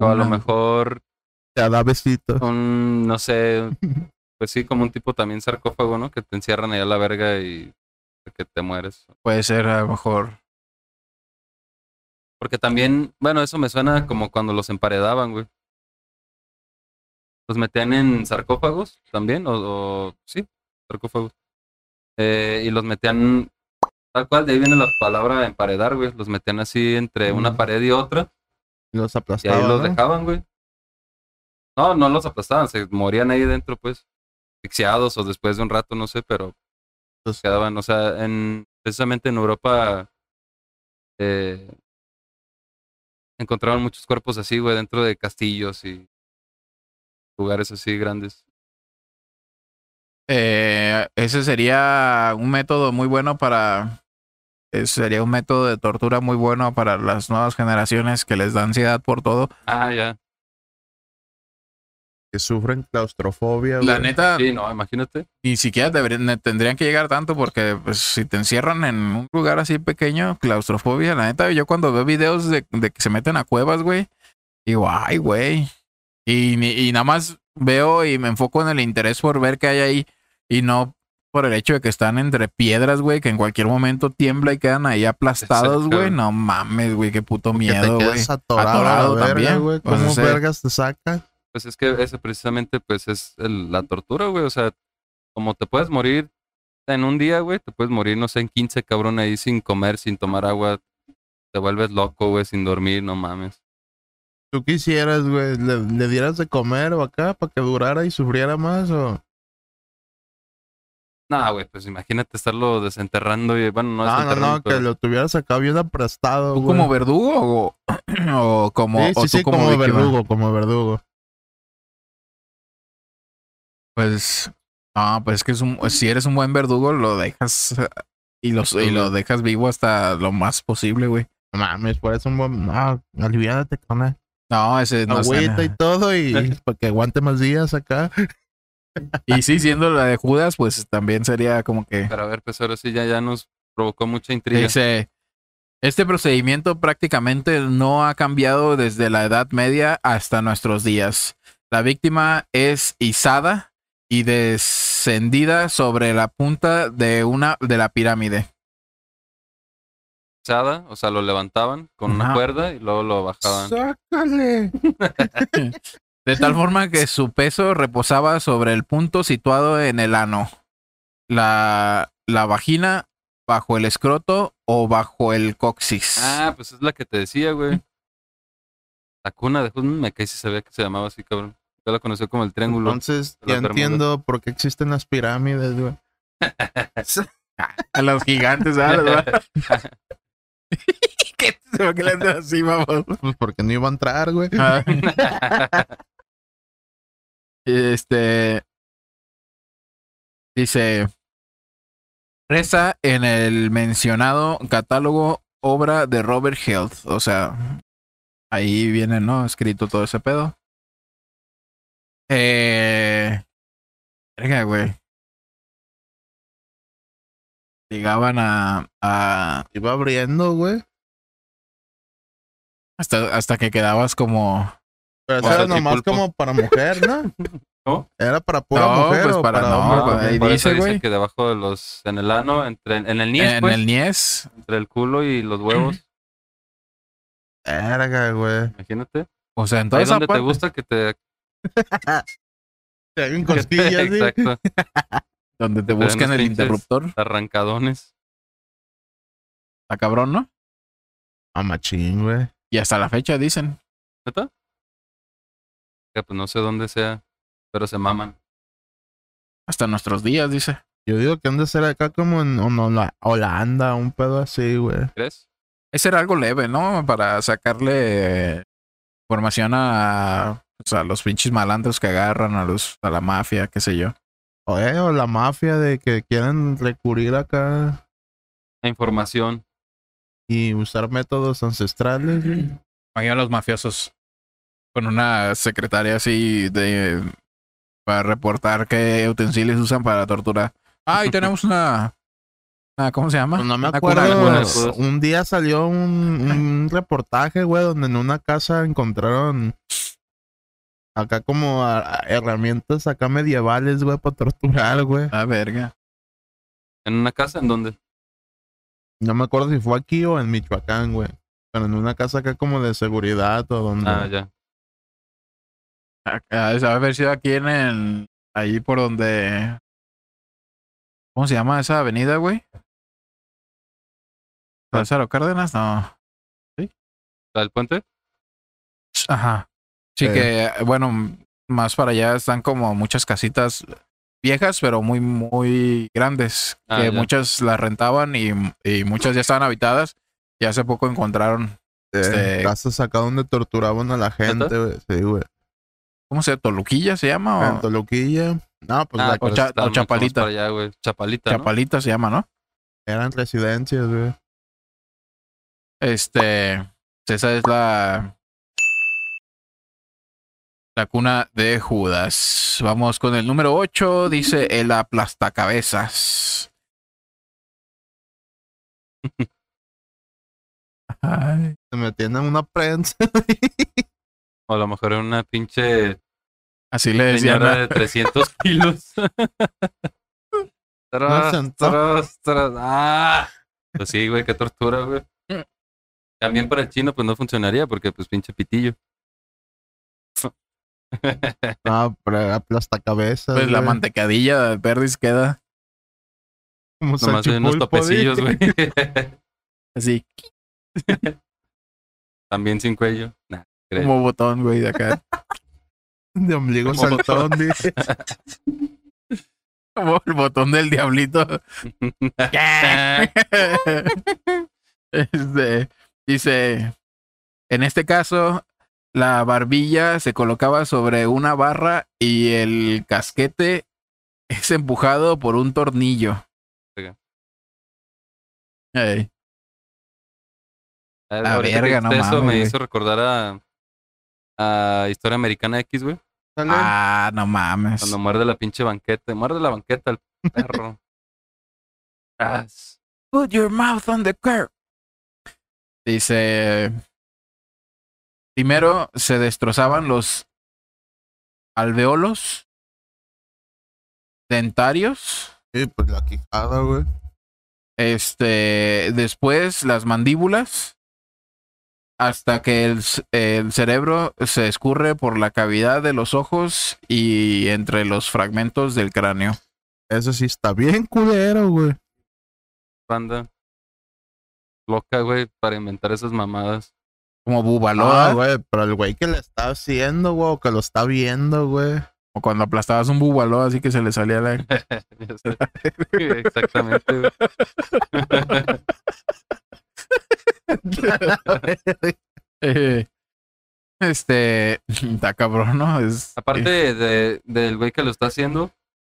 Speaker 3: O a lo
Speaker 1: Una-
Speaker 3: mejor
Speaker 2: Te da besitos.
Speaker 3: un, no sé, pues sí, como un tipo también sarcófago, ¿no? Que te encierran allá a la verga y que te mueres.
Speaker 1: Puede ser a lo mejor.
Speaker 3: Porque también, bueno, eso me suena como cuando los emparedaban, güey. Los metían en sarcófagos también, o, o- sí, sarcófagos. Eh, y los metían, tal cual, de ahí viene la palabra emparedar, güey. Los metían así entre una
Speaker 2: Mm.
Speaker 3: pared y otra,
Speaker 2: Y los
Speaker 3: y ahí
Speaker 2: aplastaba.
Speaker 3: los
Speaker 2: ¿no?
Speaker 3: dejaban, güey. No, no los aplastaban, se morían ahí dentro, pues. Asfixiados o después de un rato, no sé, pero
Speaker 2: Pues,
Speaker 3: quedaban, o sea, en, precisamente en Europa eh, encontraron muchos cuerpos así, güey, dentro de castillos y lugares así grandes.
Speaker 1: eh, ese sería un método muy bueno para. eh, Sería un método de tortura muy bueno para las nuevas generaciones que les da ansiedad por todo.
Speaker 3: Ah, ya.
Speaker 2: Que sufren claustrofobia.
Speaker 1: La
Speaker 2: güey.
Speaker 1: neta,
Speaker 3: Sí, no, imagínate.
Speaker 1: ni siquiera deberían- ne- tendrían que llegar tanto porque pues, si te encierran en un lugar así pequeño, claustrofobia, la neta, yo cuando veo videos de, de que se meten a cuevas, güey, digo, ay, güey. Y, ni- y nada más veo y me enfoco en el interés por ver qué hay ahí y no por el hecho de que están entre piedras, güey, que en cualquier momento tiembla y quedan ahí aplastados,
Speaker 3: Exacto.
Speaker 1: güey. No mames, güey, qué puto
Speaker 2: Que
Speaker 1: miedo,
Speaker 2: te
Speaker 1: güey.
Speaker 2: quedas atorado, a la
Speaker 1: Atorado
Speaker 2: verga,
Speaker 1: también,
Speaker 2: güey.
Speaker 1: pues,
Speaker 2: ¿Cómo
Speaker 1: ese-
Speaker 2: vergas te saca?
Speaker 3: Pues es que ese precisamente, pues es el- la tortura, güey. O sea, como te puedes morir en un día, güey, te puedes morir, no sé, en 15, cabrón, ahí sin comer, sin tomar agua. Te vuelves loco, güey, sin dormir, no mames.
Speaker 2: ¿Tú quisieras, güey? Le, le dieras de comer o acá para que durara y sufriera más? o
Speaker 3: Nah, güey, pues imagínate estarlo desenterrando y, bueno,
Speaker 2: No,
Speaker 3: no
Speaker 2: no, no,
Speaker 3: desenterrando,
Speaker 2: que
Speaker 3: pero-
Speaker 2: lo tuvieras acá bien aplastado,
Speaker 1: ¿Tú
Speaker 2: güey.
Speaker 1: como verdugo o, o como,
Speaker 2: Sí,
Speaker 1: o
Speaker 2: sí,
Speaker 1: tú
Speaker 2: sí, como,
Speaker 1: víctima?
Speaker 2: verdugo, como verdugo.
Speaker 1: Pues, ah, pues es que es un, si eres un buen verdugo, lo dejas eh, y, los, y lo dejas vivo hasta lo más posible, güey.
Speaker 2: No mames, por eso un buen... Ah, aliviánate, carnal.
Speaker 1: No, ese no está
Speaker 2: Agüita y
Speaker 1: nada.
Speaker 2: todo y... para que aguante más días acá.
Speaker 1: Y sí, siendo la de Judas, pues también sería como que
Speaker 3: Pero a ver, pues ahora sí ya, ya nos provocó mucha intriga.
Speaker 1: dice. Este procedimiento prácticamente no ha cambiado desde la Edad Media hasta nuestros días. La víctima es izada y descendida sobre la punta de una de la pirámide.
Speaker 3: Sada, o sea, lo levantaban con una
Speaker 1: Ajá.
Speaker 3: cuerda y luego lo bajaban.
Speaker 2: ¡Sácale!
Speaker 1: De tal forma que su peso reposaba sobre el punto situado en el ano, la, la vagina, bajo el escroto o bajo el coxis.
Speaker 3: Ah, pues es la que te decía, güey. La cuna de Husman me caí si sabía que se llamaba así, cabrón. Yo la conocí como el triángulo.
Speaker 2: Entonces,
Speaker 3: Lo
Speaker 2: ya
Speaker 3: termino.
Speaker 2: entiendo por qué existen las pirámides, güey.
Speaker 1: A los gigantes, ¿verdad? ¿Qué? ¿Por qué le andas así, vamos?
Speaker 2: Pues porque no iba a entrar, güey.
Speaker 3: Ah.
Speaker 1: Este. Dice. Reza en el mencionado catálogo obra de Robert Health. O sea, ahí viene, ¿no? Escrito todo ese pedo. Eh. Verga, güey. Llegaban a. a
Speaker 2: Iba abriendo, güey.
Speaker 1: hasta, hasta que quedabas como.
Speaker 2: Pero eso
Speaker 3: Para
Speaker 2: era
Speaker 3: el
Speaker 2: nomás
Speaker 3: tripulpo.
Speaker 2: como para mujer, ¿no?
Speaker 3: ¿No?
Speaker 2: Era para pura
Speaker 1: No,
Speaker 2: mujer
Speaker 1: pues
Speaker 2: o
Speaker 1: para
Speaker 2: para,
Speaker 1: no,
Speaker 2: hombre.
Speaker 1: güey.
Speaker 3: Ah,
Speaker 1: ahí
Speaker 3: por eso
Speaker 1: dice,
Speaker 3: dice
Speaker 1: güey.
Speaker 3: que debajo de los, en el ano, entre, en el niés,
Speaker 1: en
Speaker 3: pues,
Speaker 1: el Nies.
Speaker 3: entre el culo y los huevos,
Speaker 2: Verga, güey.
Speaker 3: imagínate.
Speaker 1: O sea, en toda
Speaker 3: Ahí
Speaker 1: esa
Speaker 3: donde te
Speaker 1: parte-
Speaker 3: gusta que te...
Speaker 2: Te hagan
Speaker 3: que te-
Speaker 2: costillas, güey.
Speaker 3: exacto,
Speaker 1: donde te
Speaker 3: te dan
Speaker 1: buscan
Speaker 3: los
Speaker 1: el
Speaker 3: pinches.
Speaker 1: interruptor.
Speaker 3: arrancadones.
Speaker 1: Está cabrón, ¿no?
Speaker 2: Ah, machín, güey.
Speaker 1: Y hasta la fecha dicen.
Speaker 3: ¿Neta? Que pues no sé dónde sea, pero se maman.
Speaker 1: Hasta nuestros días, dice.
Speaker 2: Yo digo que han de ser acá como en en Hola- Holanda, un pedo así, güey.
Speaker 3: ¿Crees?
Speaker 1: Ese era algo leve, ¿no? Para sacarle eh, información a, pues, a los pinches malandros que agarran, a los, a la mafia, qué sé yo.
Speaker 2: O, eh, o la mafia de que quieren recurrir acá
Speaker 3: La información.
Speaker 2: y usar métodos ancestrales, güey.
Speaker 1: Imagina a los mafiosos con una secretaria así de para reportar qué utensilios usan para torturar. Ah, y tenemos una, una- ¿cómo se llama?
Speaker 2: Pues no me
Speaker 1: Una cuna de cuerdas.
Speaker 2: acuerdo.
Speaker 3: cunas.
Speaker 2: Pues, Un día salió un, un reportaje, güey, donde en una casa encontraron acá como a- a- herramientas acá medievales, güey, para torturar, güey.
Speaker 1: Ah, verga.
Speaker 3: ¿En una casa? ¿En dónde?
Speaker 2: No me acuerdo si fue aquí o en Michoacán, güey. Pero en una casa acá como de seguridad o donde.
Speaker 3: Ah, ya.
Speaker 1: Acá, esa debe haber sido aquí en el, ahí por donde, ¿cómo se llama esa avenida, güey?
Speaker 3: Ah.
Speaker 1: Lázaro Cárdenas, no.
Speaker 3: ¿La del puente?
Speaker 1: Ajá. Sí
Speaker 2: Sí.
Speaker 1: que, bueno, m- más para allá están como muchas casitas viejas, pero muy, muy grandes.
Speaker 3: Ah,
Speaker 1: que
Speaker 3: ya.
Speaker 1: muchas las rentaban y, y muchas ya estaban habitadas. Y hace poco encontraron,
Speaker 2: este,
Speaker 1: este-
Speaker 2: casas acá donde torturaban a la gente, güey. Sí, güey.
Speaker 1: ¿cómo se llama? ¿Toluquilla se llama?
Speaker 2: En
Speaker 1: O
Speaker 2: Toluquilla. No, pues
Speaker 3: Ah,
Speaker 2: la-
Speaker 1: pues,
Speaker 3: pero
Speaker 1: o cha-
Speaker 3: está
Speaker 1: o
Speaker 3: mucho más
Speaker 1: Chapalita.
Speaker 3: para allá, güey. Chapalita, ¿no?
Speaker 1: Chapalita se llama, ¿no?
Speaker 2: eran residencias, güey.
Speaker 1: Este, esa es la... La cuna de Judas. Vamos con el número 8, dice el aplastacabezas. Ay.
Speaker 2: Se metían en una prensa.
Speaker 3: O a lo mejor era una pinche
Speaker 1: Así le decían.
Speaker 3: señora
Speaker 1: ¿no?
Speaker 3: de 300 kilos. tras,
Speaker 2: sentó.
Speaker 3: tras, tras. ¡Ah! Pues sí, güey, qué tortura, güey. También para el chino, pues no funcionaría porque, pues, pinche pitillo.
Speaker 2: No, pero era aplastacabezas.
Speaker 1: Pues la
Speaker 2: güey.
Speaker 1: mantecadilla de Perdis queda
Speaker 2: Como
Speaker 3: Nomás hay unos
Speaker 2: salchipulpo,
Speaker 3: topecillos,
Speaker 2: dije.
Speaker 3: güey.
Speaker 1: así
Speaker 3: También sin cuello. Nah, creo.
Speaker 1: como botón, güey, de acá.
Speaker 2: De ombligo saltón, dije.
Speaker 1: Como el botón del diablito. Este, dice, en este caso, la barbilla se colocaba sobre una barra y el casquete es empujado por un tornillo.
Speaker 3: Verga.
Speaker 1: Ey,
Speaker 3: Ah,
Speaker 1: La
Speaker 3: ahorita que
Speaker 1: verga, no
Speaker 3: dijiste Eso
Speaker 1: mames,
Speaker 3: me
Speaker 1: güey.
Speaker 3: hizo recordar a, a Historia Americana X, güey.
Speaker 2: Sale.
Speaker 1: Ah, no mames.
Speaker 3: Cuando muerde la pinche banqueta. Muerde la banqueta el perro. Ah, s-
Speaker 1: Put your mouth on the curb. Dice. Primero se destrozaban los alveolos dentarios.
Speaker 2: Sí, pues la quijada, güey.
Speaker 1: Este, después las mandíbulas. Hasta que el, c- el cerebro se escurre por la cavidad de los ojos y entre los fragmentos del cráneo.
Speaker 2: Eso sí está bien culero, güey.
Speaker 3: Banda loca, güey, para inventar esas mamadas.
Speaker 1: Como
Speaker 2: Ah,
Speaker 1: Bubaloa,
Speaker 2: güey, pero el güey que la está haciendo, güey, o que lo está viendo, güey.
Speaker 1: o cuando aplastabas un Bubaloa así que se le salía la...
Speaker 3: Ya sé. Exactamente, güey.
Speaker 1: Eh, este, está cabrón, ¿no? Es, eh,
Speaker 3: Aparte de, del güey que lo está haciendo,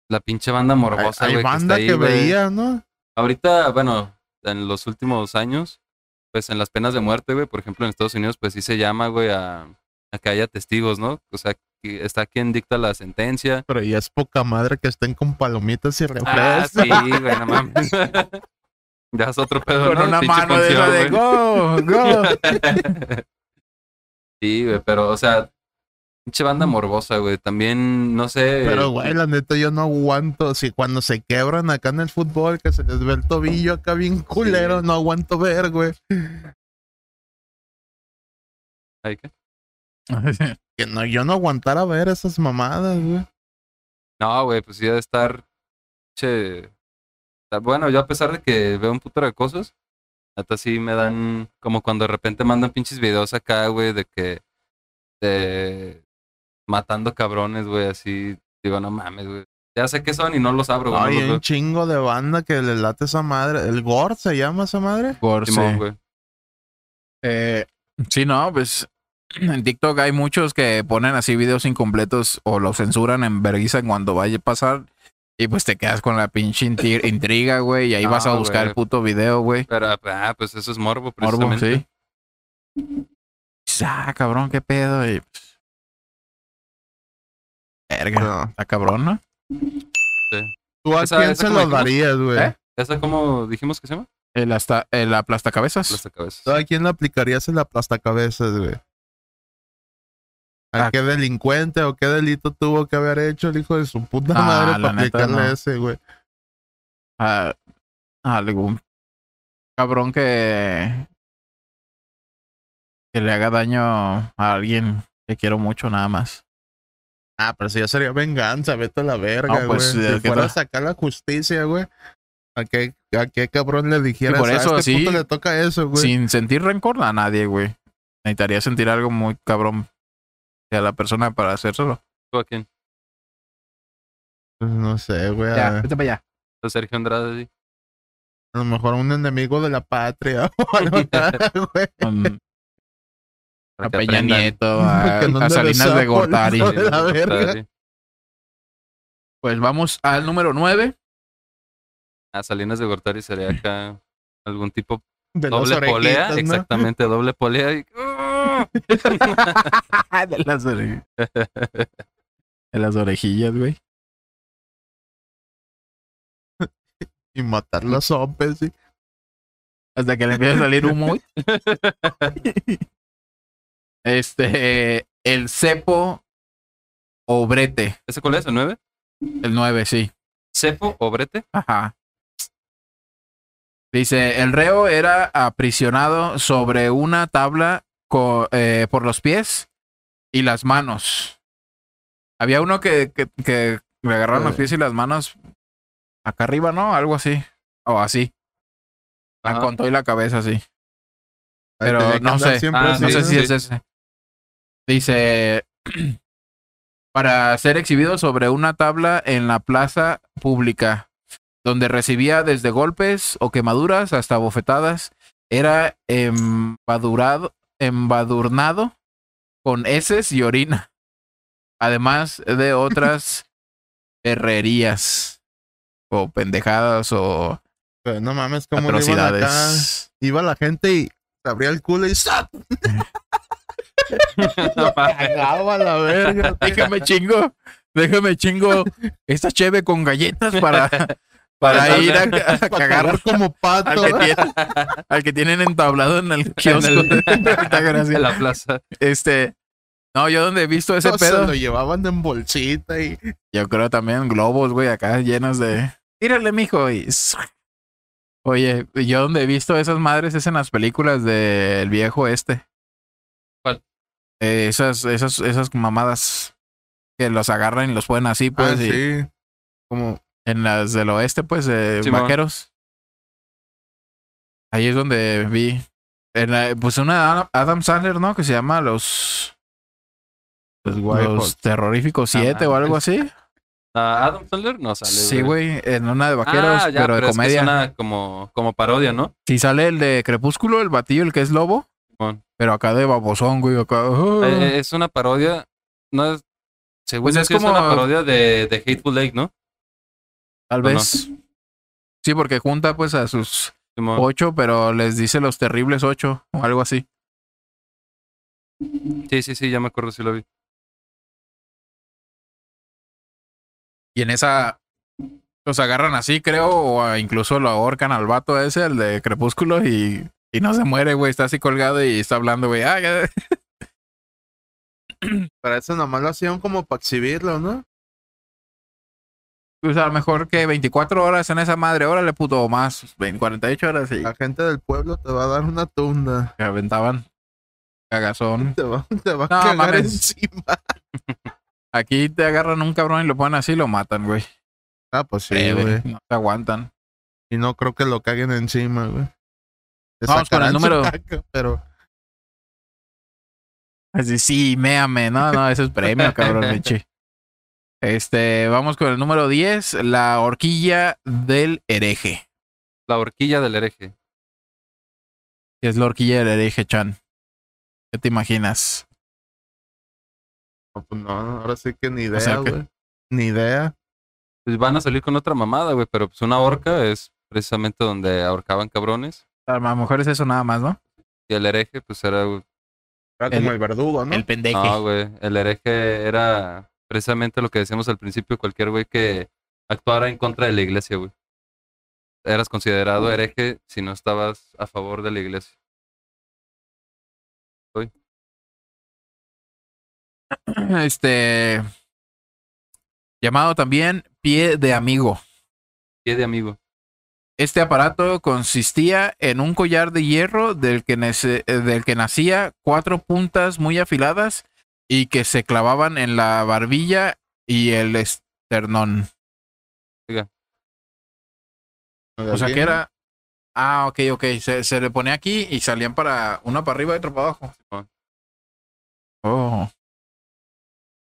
Speaker 3: la pinche banda morbosa,
Speaker 2: Hay
Speaker 3: güey. que está
Speaker 2: banda
Speaker 3: ahí,
Speaker 2: que
Speaker 3: güey.
Speaker 2: veía, ¿no?
Speaker 3: Ahorita, bueno, en los últimos años, pues en las penas de muerte, güey, por ejemplo, en Estados Unidos, pues sí se llama, güey, a, a que haya testigos, ¿no? O sea, que está quien dicta la sentencia.
Speaker 2: Pero ya es poca madre que estén con palomitas y refrescos.
Speaker 3: Ah, sí, güey, no mames. ya es otro pedo,
Speaker 1: con
Speaker 3: ¿no?
Speaker 1: una
Speaker 3: Pinche
Speaker 1: mano de
Speaker 3: función,
Speaker 1: esa de
Speaker 3: güey.
Speaker 1: go, go.
Speaker 3: Sí, güey, pero, o sea, pinche banda morbosa, güey. También, no sé.
Speaker 2: Pero, güey, la neta, yo no aguanto. Si cuando se quebran acá en el fútbol, que se les ve el tobillo acá bien culero, no aguanto ver, güey.
Speaker 3: Ay, ¿qué?
Speaker 2: Que no, yo no aguantara ver esas mamadas, güey.
Speaker 3: No, güey, pues sí ha de estar. Che. ta- Bueno, yo a pesar de que veo un putero de cosas, hasta sí me dan. Como cuando de repente mandan pinches videos acá, güey, de que. De. Matando cabrones, güey, así. Digo, no mames, güey. Ya sé qué son y no los abro, güey. no
Speaker 2: Ay,
Speaker 3: los
Speaker 2: hay
Speaker 3: veo.
Speaker 2: un chingo de banda que le late esa madre. ¿El Gord se llama esa madre?
Speaker 1: Gorse.
Speaker 3: Simón, güey.
Speaker 1: Eh, sí, no, pues en TikTok hay muchos que ponen así videos incompletos o los censuran en vergüenza cuando vaya a pasar y pues te quedas con la pinche inti- intriga, güey, y ahí vas a
Speaker 3: No,
Speaker 1: buscar el
Speaker 3: güey.
Speaker 1: puto video, güey.
Speaker 3: Pero, ah, pues eso es morbo,
Speaker 1: Morbo,
Speaker 3: precisamente.
Speaker 1: sí. Dices, Ah, cabrón, qué pedo. Y, pues, verga,
Speaker 2: No.
Speaker 1: está cabrón, ¿no?
Speaker 2: ¿Tú a
Speaker 3: Esa-
Speaker 2: quién se
Speaker 3: esa como
Speaker 2: lo
Speaker 3: dijimos.
Speaker 2: darías, güey?
Speaker 1: ¿Eh?
Speaker 3: ¿Esa cómo dijimos que se llama?
Speaker 1: El, hasta, el aplastacabezas.
Speaker 3: Aplastacabezas.
Speaker 2: ¿Tú a quién le aplicarías el aplastacabezas, güey? ¿A
Speaker 1: Ah.
Speaker 2: qué delincuente o qué delito tuvo que haber hecho el hijo de su puta
Speaker 1: Ah,
Speaker 2: madre
Speaker 1: la
Speaker 2: para
Speaker 1: neta,
Speaker 2: aplicarle
Speaker 1: no.
Speaker 2: ese, güey?
Speaker 1: a, a algún cabrón que que le haga daño a alguien que quiero mucho nada más.
Speaker 2: Ah, pero si ya sería venganza, vete a la verga,
Speaker 1: No,
Speaker 2: güey.
Speaker 1: pues, eh,
Speaker 2: si
Speaker 1: ¿qué
Speaker 2: fuera a
Speaker 1: tal?
Speaker 2: sacar la justicia, güey. ¿A qué, ¿A qué cabrón le dijeras?
Speaker 1: por
Speaker 2: "A
Speaker 1: eso,
Speaker 2: este
Speaker 1: sí.
Speaker 2: puto le toca eso, güey.
Speaker 1: Sin sentir rencor a nadie, güey. Necesitaría sentir algo muy cabrón a la persona para hacérselo.
Speaker 3: ¿Tú a quién?
Speaker 2: Pues no sé, güey.
Speaker 1: Ya,
Speaker 2: A,
Speaker 1: vete para allá.
Speaker 3: ¿A Sergio Andrade? sí?
Speaker 2: a lo mejor un enemigo de la patria o algo, güey.
Speaker 1: Con
Speaker 3: Para
Speaker 1: a
Speaker 3: que
Speaker 1: Peña
Speaker 3: aprendan.
Speaker 1: Nieto, a,
Speaker 2: Que no
Speaker 1: a
Speaker 2: ande de
Speaker 1: Salinas de
Speaker 2: sapo,
Speaker 1: Gortari.
Speaker 2: hijo de la
Speaker 3: Sí,
Speaker 2: verga.
Speaker 3: Gortari.
Speaker 1: Pues vamos al número 9.
Speaker 3: A Ah, Salinas de Gortari sería acá algún tipo
Speaker 2: De las
Speaker 3: doble polea,
Speaker 2: orejitas, ¿no?
Speaker 3: exactamente, doble polea y ¡Ah!
Speaker 1: de las orejillas. De las orejillas, güey.
Speaker 2: Y matar las sopes, sí.
Speaker 1: Hasta que le empieza a salir humo. güey. este, el cepo o brete.
Speaker 3: ¿Ese cuál es? ¿El 9?
Speaker 1: El 9, sí.
Speaker 3: ¿Cepo o brete?
Speaker 1: Ajá. Dice, el reo era aprisionado sobre una tabla co- eh, por los pies y las manos. Había uno que, que, que le agarraron los pies y las manos acá arriba, ¿no? Algo así. O así. La
Speaker 3: Ajá.
Speaker 1: contó y la cabeza así.
Speaker 2: Ahí
Speaker 1: Pero
Speaker 2: tenía que
Speaker 1: no
Speaker 2: andar
Speaker 1: sé.
Speaker 2: siempre
Speaker 3: Ah,
Speaker 1: No
Speaker 2: así,
Speaker 1: sé si
Speaker 3: sí.
Speaker 1: es ese. Dice, para ser exhibido sobre una tabla en la plaza pública, donde recibía desde golpes o quemaduras hasta bofetadas, era embadurado, embadurnado con heces y orina, además de otras herrerías o pendejadas o
Speaker 2: Pero no mames, como le iban acá.
Speaker 1: atrocidades.
Speaker 2: Iba la gente y se abría el culo y ¡zap!
Speaker 3: No mames.
Speaker 2: cagaba la verga.
Speaker 1: Déjame chingo, déjame chingo esta cheve con galletas para, para
Speaker 3: Para
Speaker 1: ir a, ca- a
Speaker 2: Para
Speaker 1: cagar
Speaker 2: cagar como pato.
Speaker 1: al que, tiene- al que tienen entablado en el kiosco.
Speaker 3: En el-
Speaker 1: Está gracioso.
Speaker 3: en la plaza.
Speaker 1: Este, No, yo donde he visto ese
Speaker 2: No, Se
Speaker 1: pedo.
Speaker 2: lo llevaban en bolsita y.
Speaker 1: Yo creo también globos, güey, acá llenos de. Tírale, mijo. Y... Oye, yo donde he visto esas madres es en las películas del viejo este.
Speaker 3: ¿Cuál?
Speaker 1: Eh, esas, esas, esas mamadas que los agarran y los ponen así, pues.
Speaker 2: Ah,
Speaker 1: y
Speaker 2: sí. Como.
Speaker 1: En las del oeste, pues, de
Speaker 3: Simón.
Speaker 1: vaqueros. Ahí es donde vi. En la- pues una de Adam Sandler, ¿no? Que se llama Los.
Speaker 2: Los White
Speaker 1: los
Speaker 2: Hawks.
Speaker 1: Terroríficos 7 o algo así.
Speaker 3: Ah, Adam Sandler no sale.
Speaker 1: Sí, güey, en una de vaqueros,
Speaker 3: Ah, ya,
Speaker 1: pero de
Speaker 3: es que
Speaker 1: comedia.
Speaker 3: suena como, como parodia, ¿no?
Speaker 1: Si sale el de Crepúsculo, el batillo, el que es lobo,
Speaker 3: Simón.
Speaker 1: pero acá de babosón, güey, acá. "Ah".
Speaker 3: Eh, eh, es una parodia. No es. Según
Speaker 1: Pues
Speaker 3: yo
Speaker 1: es
Speaker 3: sí es
Speaker 1: como-
Speaker 3: una parodia de, de Hateful Lake, ¿no?
Speaker 1: Tal
Speaker 3: no, no.
Speaker 1: vez. Sí, porque junta pues a sus
Speaker 3: Simón.
Speaker 1: ocho, pero les dice los terribles ocho o algo así.
Speaker 3: Sí, sí, sí, ya me acuerdo si lo vi.
Speaker 1: Y en esa los agarran así, creo, o a- incluso lo ahorcan al vato ese, el de Crepúsculo, y, y no se muere, güey, está así colgado y está hablando, güey. "Ah, ya".
Speaker 2: Para eso nomás lo hacían como para exhibirlo, ¿no?
Speaker 1: Pues a lo mejor que 24 horas en esa madre, órale, puto, o más, 20, 48 horas y
Speaker 2: La gente del pueblo te va a dar una tunda.
Speaker 1: que aventaban cagazón.
Speaker 2: Te va, te va
Speaker 1: No,
Speaker 2: a cagar
Speaker 1: mames.
Speaker 2: encima.
Speaker 1: Aquí te agarran un cabrón y lo ponen así y lo matan, güey.
Speaker 2: Ah, pues sí,
Speaker 1: Eh,
Speaker 2: güey.
Speaker 1: No te aguantan.
Speaker 2: Y no creo que lo caguen encima, güey. Te
Speaker 1: Vamos con el
Speaker 2: sacarán su
Speaker 1: número.
Speaker 2: caca, pero
Speaker 1: Así, sí, méame. No, no, eso es premio, cabrón, pinche. Este, vamos con el número 10, la horquilla del hereje.
Speaker 3: La horquilla del hereje.
Speaker 1: ¿Qué es la horquilla del hereje, Chan? ¿Qué te imaginas?
Speaker 2: no, pues no, ahora sí que ni idea,
Speaker 1: sea, ¿qué?
Speaker 2: güey. Ni idea.
Speaker 3: Pues van a salir con otra mamada, güey, pero pues una horca es precisamente donde ahorcaban cabrones.
Speaker 1: A lo mejor es eso nada más, ¿no?
Speaker 3: Y el hereje, pues era. güey,
Speaker 2: Era
Speaker 1: El-
Speaker 2: como el verdugo, ¿no?
Speaker 1: El pendeje.
Speaker 3: No, güey. El hereje era precisamente lo que decíamos al principio: cualquier güey que actuara en contra de la iglesia, güey. Eras considerado hereje si no estabas a favor de la iglesia.
Speaker 1: Este. Llamado también pie de amigo.
Speaker 3: Pie de amigo.
Speaker 1: Este aparato consistía en un collar de hierro del que, nece- eh, del que nacía cuatro puntas muy afiladas y que se clavaban en la barbilla y el esternón. O sea que era... Ah, ok, ok. Se, se le ponía aquí y salían para uno para arriba y otro para abajo.
Speaker 3: Simón.
Speaker 1: Oh.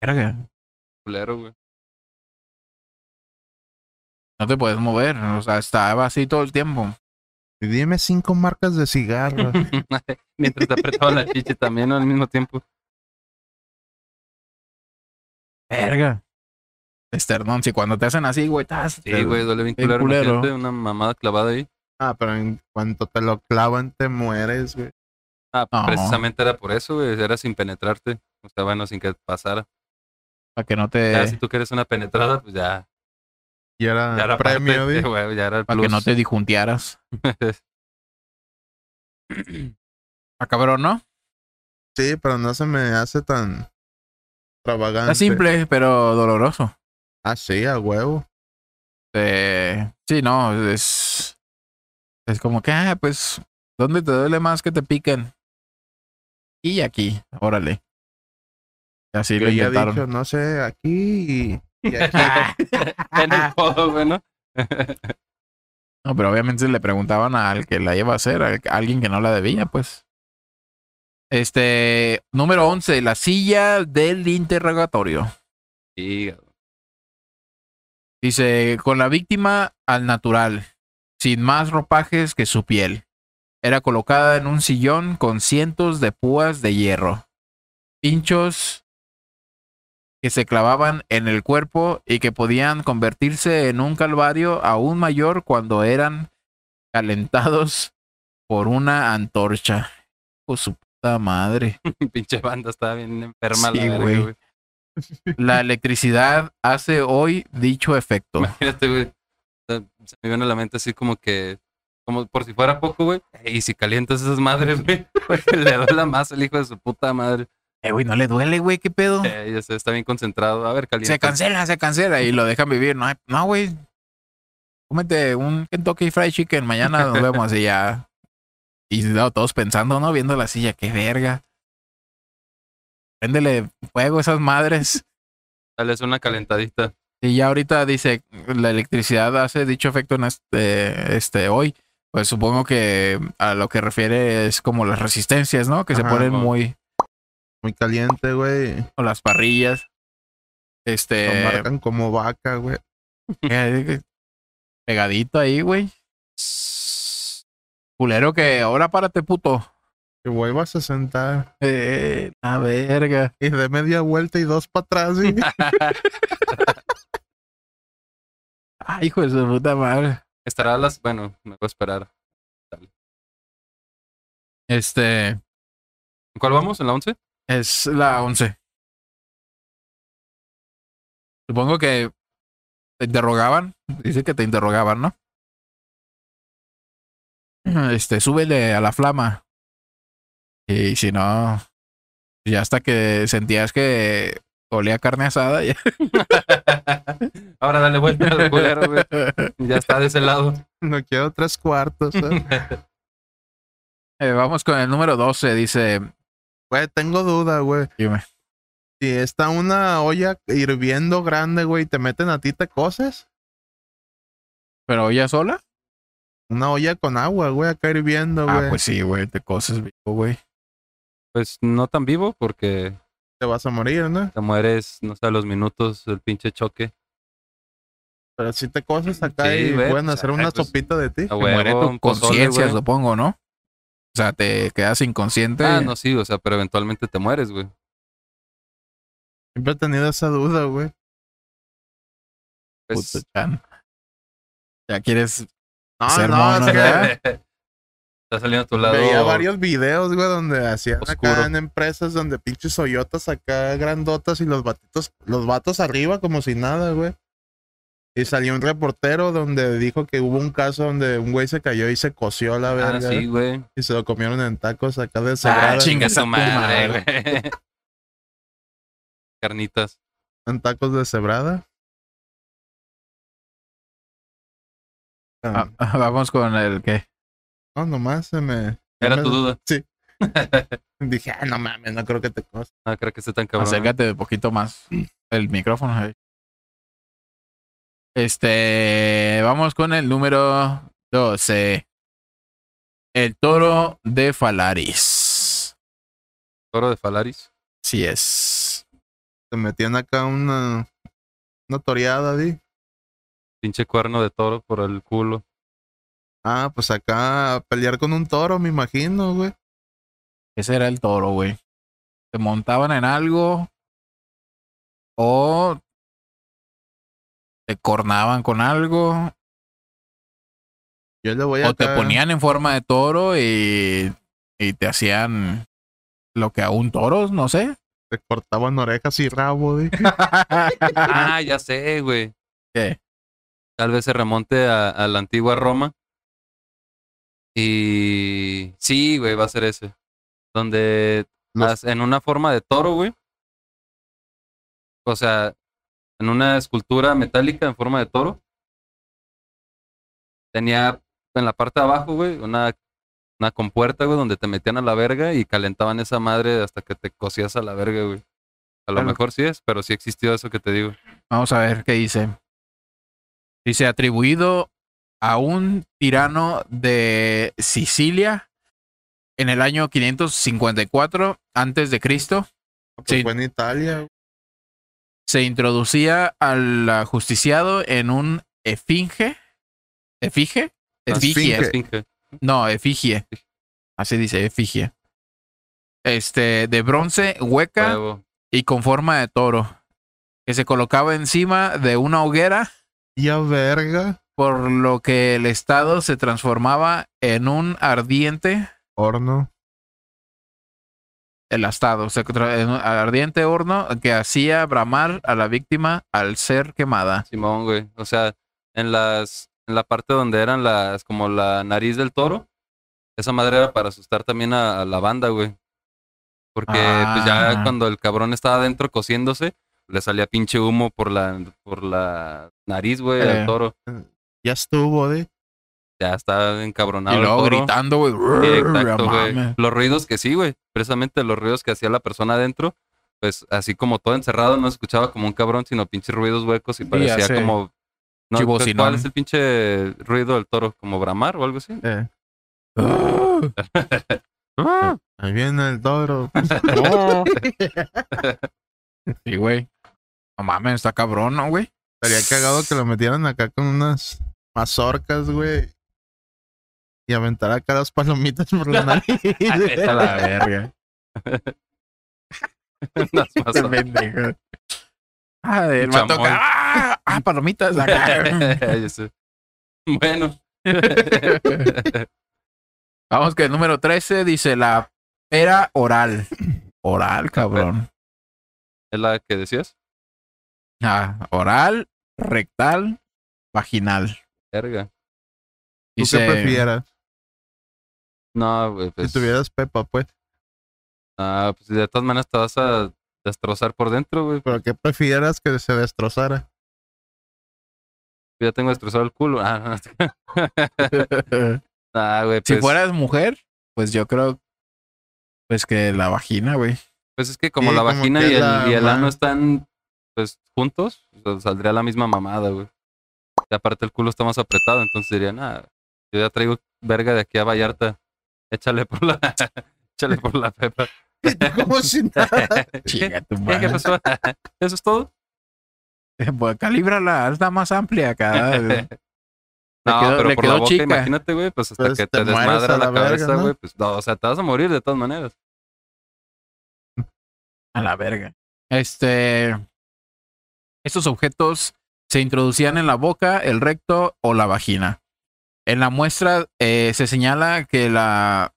Speaker 1: Verga.
Speaker 3: Culero, güey.
Speaker 1: No te puedes mover. O sea, estaba así todo el tiempo.
Speaker 2: Y Dime cinco marcas de cigarro.
Speaker 3: Mientras te apretaban la chiche también ¿no? al mismo tiempo.
Speaker 1: Verga. Esternón. Si cuando te hacen así, güey, estás...
Speaker 3: Sí, güey, duele bien
Speaker 1: bien
Speaker 3: culero.
Speaker 1: culero.
Speaker 3: imagínate Una mamada clavada ahí.
Speaker 2: ah, pero en cuanto te lo clavan, te mueres, güey.
Speaker 3: Ah,
Speaker 1: No.
Speaker 3: precisamente era por eso, güey. Era sin penetrarte. O sea, bueno, sin que pasara.
Speaker 1: Para que no
Speaker 3: Ya,
Speaker 1: te...
Speaker 3: si tú quieres una penetrada, pues ya.
Speaker 2: Y era,
Speaker 3: Ya era
Speaker 2: premio,
Speaker 3: parte,
Speaker 2: güey.
Speaker 3: sí, güey, ya era el
Speaker 1: Para que
Speaker 3: plus.
Speaker 1: no te disjuntearas. Ah, cabrón, ¿no?
Speaker 2: Sí, pero no se me hace tan extravagante.
Speaker 1: Está simple, pero doloroso.
Speaker 2: Ah, sí, a huevo.
Speaker 1: Eh, sí, no, es. Es como que, ah, pues, ¿dónde te duele más que te piquen? Y aquí, órale. Y así
Speaker 2: Yo
Speaker 1: lo
Speaker 2: ya he
Speaker 1: intentaron.
Speaker 2: dicho, no sé, aquí y, y aquí.
Speaker 3: en el codo, güey, ¿no?
Speaker 1: No, pero obviamente le preguntaban al que la iba a hacer, al- a alguien que no la debía, pues. Este, número 11, la silla del interrogatorio.
Speaker 3: Sí, güey.
Speaker 1: Dice, con la víctima al natural, sin más ropajes que su piel. Era colocada en un sillón con cientos de púas de hierro, pinchos que se clavaban en el cuerpo y que podían convertirse en un calvario aún mayor cuando eran calentados por una antorcha. Por su puta madre.
Speaker 3: pinche banda estaba bien enferma.
Speaker 1: Sí,
Speaker 3: la verga,
Speaker 1: güey.
Speaker 3: güey.
Speaker 1: La electricidad hace hoy dicho efecto.
Speaker 3: Imagínate, güey. O sea, Se me viene a la mente así como que, como por si fuera poco, güey. Y si calientas esas madres, güey, porque le duela más el hijo de su puta madre.
Speaker 1: Eh, güey, no le duele, güey, qué pedo.
Speaker 3: Eh, ya sé, está bien concentrado. A ver, caliente.
Speaker 1: Ah. se cancela, se cancela y lo dejan vivir. No, hay- no, güey. Cómete un Kentucky Fried Chicken, mañana nos vemos y ya. Y no, todos pensando, ¿no? Viendo la silla, qué verga. Préndele fuego a esas madres.
Speaker 3: Dale es una calentadita.
Speaker 1: Y ya ahorita dice, la electricidad hace dicho efecto en este, este hoy. Pues supongo que a lo que refiere es como las resistencias, ¿no? Que se
Speaker 2: Ajá,
Speaker 1: ponen
Speaker 3: ajá.
Speaker 1: muy...
Speaker 2: Muy caliente, güey.
Speaker 1: O las parrillas.
Speaker 2: Lo
Speaker 1: Este...
Speaker 2: marcan como vaca, güey.
Speaker 1: eh, Pegadito ahí, güey. Culero que ahora párate, puto.
Speaker 2: Que vuelvas a sentar.
Speaker 1: Eh, la verga.
Speaker 2: Y de media vuelta y dos para atrás, güey.
Speaker 1: Ay, hijo de su puta madre.
Speaker 3: Estará a las. Bueno, me voy a esperar.
Speaker 1: Este
Speaker 3: ¿En cuál vamos? ¿En la 11?
Speaker 1: es la 11. Supongo que te interrogaban. Dice que te interrogaban, ¿no? Este, súbele a la flama. Y si no, ya hasta que sentías que olía a carne asada, ya.
Speaker 3: Ahora dale vuelta al culero, güey. Ya está de ese lado.
Speaker 2: No quiero tres cuartos, ¿eh?
Speaker 1: Eh, vamos con el número 12, dice.
Speaker 2: Güey, tengo duda, güey.
Speaker 1: Dime.
Speaker 2: Si está una olla hirviendo grande, güey, te meten a ti, te coces.
Speaker 1: ¿Pero ella sola?
Speaker 2: Una olla con agua, güey, acá hirviendo,
Speaker 1: Ah,
Speaker 2: güey.
Speaker 1: pues sí, güey, te cosas vivo, güey.
Speaker 3: Pues no tan vivo porque
Speaker 2: Te vas a morir, ¿no?
Speaker 3: te mueres, no sé, a los minutos del pinche choque.
Speaker 2: Pero si te coces acá
Speaker 3: Sí,
Speaker 2: y
Speaker 3: güey,
Speaker 2: pueden
Speaker 3: pues,
Speaker 2: hacer
Speaker 3: ay,
Speaker 2: una
Speaker 3: pues,
Speaker 2: sopita de ti.
Speaker 3: A
Speaker 1: Te muere
Speaker 3: huevo,
Speaker 1: tu
Speaker 3: un pozole,
Speaker 1: conciencia,
Speaker 3: güey.
Speaker 1: supongo, ¿no? O sea, te quedas inconsciente.
Speaker 3: Ah, no, sí, o sea, pero eventualmente te mueres, güey.
Speaker 2: Siempre he tenido esa duda, güey.
Speaker 3: Pues,
Speaker 1: puto chan. Ya quieres.
Speaker 2: No,
Speaker 1: Ser
Speaker 2: no,
Speaker 1: mono,
Speaker 2: es que
Speaker 1: ¿verdad?
Speaker 3: Está saliendo a tu lado.
Speaker 2: veía varios videos, güey, donde hacían
Speaker 3: Oscuro.
Speaker 2: acá en empresas donde pinches hoyotas acá grandotas y los batitos, los vatos arriba como si nada, güey. Y salió un reportero donde dijo que hubo un caso donde un güey se cayó y se coció la verga.
Speaker 3: Ah, sí, güey.
Speaker 2: Y se lo comieron en tacos acá de
Speaker 1: Ah,
Speaker 2: sobrada.
Speaker 1: chinga
Speaker 3: Chinga
Speaker 1: su
Speaker 3: su madre,
Speaker 1: madre.
Speaker 3: güey. Carnitas.
Speaker 2: En tacos de cebrada.
Speaker 1: Ah, ah, vamos con el que.
Speaker 2: No, nomás se me.
Speaker 3: Era
Speaker 2: me-
Speaker 3: tu duda.
Speaker 2: Dije, ah, no mames, no creo que te cose.
Speaker 3: No Ah, creo que esté tan cabrón.
Speaker 1: Acércate un poquito más el micrófono. eh. ahí. Este. Vamos con el número 12. El toro de Falaris.
Speaker 3: Toro de Falaris.
Speaker 1: Así es.
Speaker 2: Te metían acá una. Una toreada, di.
Speaker 3: Pinche cuerno de toro por el culo.
Speaker 2: Ah, pues acá a pelear con un toro, me imagino, güey.
Speaker 1: Ese era el toro, güey. Te montaban en algo o te cornaban con algo
Speaker 2: Yo le voy a.
Speaker 1: o te ponían en forma de toro y, y te hacían lo que a un toro, no sé.
Speaker 2: Te cortaban orejas y rabo, di.
Speaker 3: Ah, ya sé, güey.
Speaker 1: ¿Qué?
Speaker 3: Tal vez se remonte a, a la antigua Roma. Y sí, güey, va a ser ese. Donde
Speaker 2: Los-
Speaker 3: as- en una forma de toro, güey. O sea, en una escultura metálica en forma de toro. Tenía en la parte de abajo, güey, una, una compuerta, güey, donde te metían a la verga y calentaban esa madre hasta que te cosías a la verga, güey. A lo
Speaker 1: Claro.
Speaker 3: mejor sí es, pero sí existió eso que te digo.
Speaker 1: Vamos a ver qué dice. Dice atribuido a un tirano de Sicilia en el año 554 antes de Cristo.
Speaker 2: Se
Speaker 1: Sí.
Speaker 2: Fue en Italia, güey.
Speaker 1: se introducía al ajusticiado en un efinge. ¿Efige? Efigie.
Speaker 2: Esfinge.
Speaker 3: Esfinge.
Speaker 1: No, efigie. Así dice, efigie. Este, de bronce, hueca
Speaker 3: Huevo.
Speaker 1: y con forma de toro. Que se colocaba encima de una hoguera,
Speaker 2: Ya verga.
Speaker 1: por lo que el estado se transformaba en un ardiente
Speaker 2: Horno.
Speaker 1: el astado, se tra- en un ardiente horno que hacía bramar a la víctima al ser quemada.
Speaker 3: Simón, güey. O sea, en las en la parte donde eran las como la nariz del toro, esa madre era para asustar también a, a la banda, güey. Porque pues ya
Speaker 1: Ah.
Speaker 3: cuando el cabrón estaba adentro cociéndose, le salía pinche humo por la, por la nariz, güey,
Speaker 1: Eh.
Speaker 3: al toro.
Speaker 2: Ya estuvo, de.
Speaker 3: Ya estaba encabronado.
Speaker 1: Y
Speaker 3: el
Speaker 1: luego
Speaker 3: toro.
Speaker 1: gritando, güey.
Speaker 3: Sí,
Speaker 1: "Rrr,
Speaker 3: exacto, güey.
Speaker 1: mames".
Speaker 3: Los ruidos que sí, güey. Precisamente los ruidos que hacía la persona adentro, pues así como todo encerrado, no escuchaba como un cabrón, sino pinches ruidos huecos y parecía
Speaker 1: sé.
Speaker 3: como. No,
Speaker 1: Chibocinón.
Speaker 3: ¿Cuál es el pinche ruido del toro? ¿Como bramar o algo así?
Speaker 2: Eh,
Speaker 1: Ah.
Speaker 2: ahí viene el toro.
Speaker 1: Oh. Sí, güey. No mames, está cabrón, ¿no, güey?
Speaker 2: Estaría cagado que lo metieran acá con unas mazorcas, güey. Y aventar acá las palomitas por la nariz.
Speaker 1: A la verga.
Speaker 3: Unas
Speaker 1: Qué
Speaker 3: mazorcas.
Speaker 1: pendejo. Ah, el
Speaker 3: Chamoy.
Speaker 1: vato acá, ¡Ah! ah, palomitas. acá.
Speaker 3: Ya sé. bueno.
Speaker 1: Vamos que el número 13 dice la pera oral. Oral, cabrón.
Speaker 3: ¿Es la que decías?
Speaker 1: Ah, oral, rectal, vaginal.
Speaker 3: Verga.
Speaker 2: ¿Tú
Speaker 1: Dice,
Speaker 2: qué prefieras?
Speaker 3: No, güey. Pues,
Speaker 2: Si tuvieras Pepa, pues.
Speaker 3: no, pues, de todas maneras te vas a destrozar por dentro, güey.
Speaker 2: ¿Pero qué prefieras que se destrozara?
Speaker 3: Ya tengo destrozado el culo. Ah, no, Ah, güey,
Speaker 1: si
Speaker 3: pues,
Speaker 1: fueras mujer, pues yo creo pues que la vagina, güey.
Speaker 3: pues es que como
Speaker 2: Sí,
Speaker 3: la
Speaker 2: como
Speaker 3: vagina
Speaker 2: que
Speaker 3: y el,
Speaker 2: la
Speaker 3: y el
Speaker 2: ma-
Speaker 3: ano están pues juntos, o sea, saldría la misma mamada, güey. Y aparte el culo está más apretado, entonces diría, nada, yo ya traigo verga de aquí a Vallarta. Échale por la, échale por la pepa.
Speaker 2: Como si nada.
Speaker 1: Chinga tu
Speaker 3: Eh, ¿Qué
Speaker 1: madre.
Speaker 3: pasó? ¿Eso es todo?
Speaker 1: Pues calíbrala, hazla más amplia cada vez.
Speaker 3: No,
Speaker 1: quedó-
Speaker 3: pero
Speaker 1: le
Speaker 3: por la
Speaker 1: quedó
Speaker 3: boca,
Speaker 1: chica.
Speaker 3: imagínate, güey, pues hasta
Speaker 2: Pues
Speaker 3: que
Speaker 2: te
Speaker 3: te,
Speaker 2: mueres
Speaker 3: desmadra
Speaker 2: a
Speaker 3: la,
Speaker 2: la verga,
Speaker 3: cabeza,
Speaker 2: ¿no?
Speaker 3: güey, pues no, o sea, te vas a morir de todas maneras.
Speaker 1: A la verga. Este. Estos objetos se introducían en la boca, el recto o la vagina. En la muestra eh, se señala que la,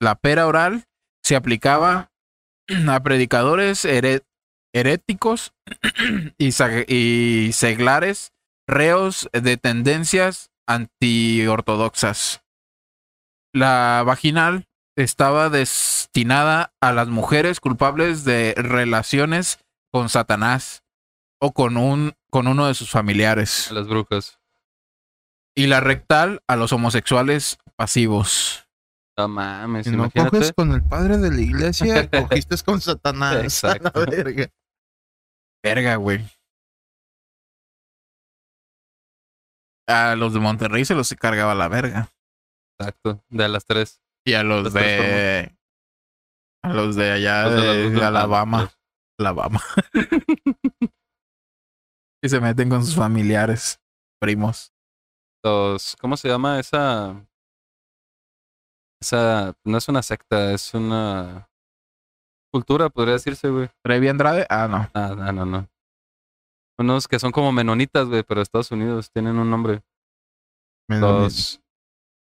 Speaker 1: la pera oral se aplicaba a predicadores here- heréticos y, sa- y seglares, reos de tendencias antiortodoxas. La vaginal estaba destinada a las mujeres culpables de relaciones con Satanás o con un con uno de sus
Speaker 3: A
Speaker 1: familiares
Speaker 3: las brujas.
Speaker 1: y la rectal a los homosexuales pasivos.
Speaker 3: No mames,
Speaker 2: Si no
Speaker 3: Pues imagínate.
Speaker 2: coges con el padre de la iglesia, cogiste con Satanás.
Speaker 3: Exacto.
Speaker 2: A la verga.
Speaker 1: Verga, güey. A los de Monterrey se los cargaba la verga
Speaker 3: Exacto, de las tres.
Speaker 1: y a los
Speaker 3: Los
Speaker 1: de a los de allá
Speaker 3: Los de la
Speaker 1: de,
Speaker 3: luz del-
Speaker 1: Alabama, Alabama. y se meten con sus familiares, primos.
Speaker 3: los- ¿cómo se llama esa? Esa, no es una secta, es una cultura, podría decirse, güey.
Speaker 1: Trevi Andrade, ah, no.
Speaker 3: Ah, no, no, no. Unos que son como menonitas, güey, pero Estados Unidos tienen un nombre. Los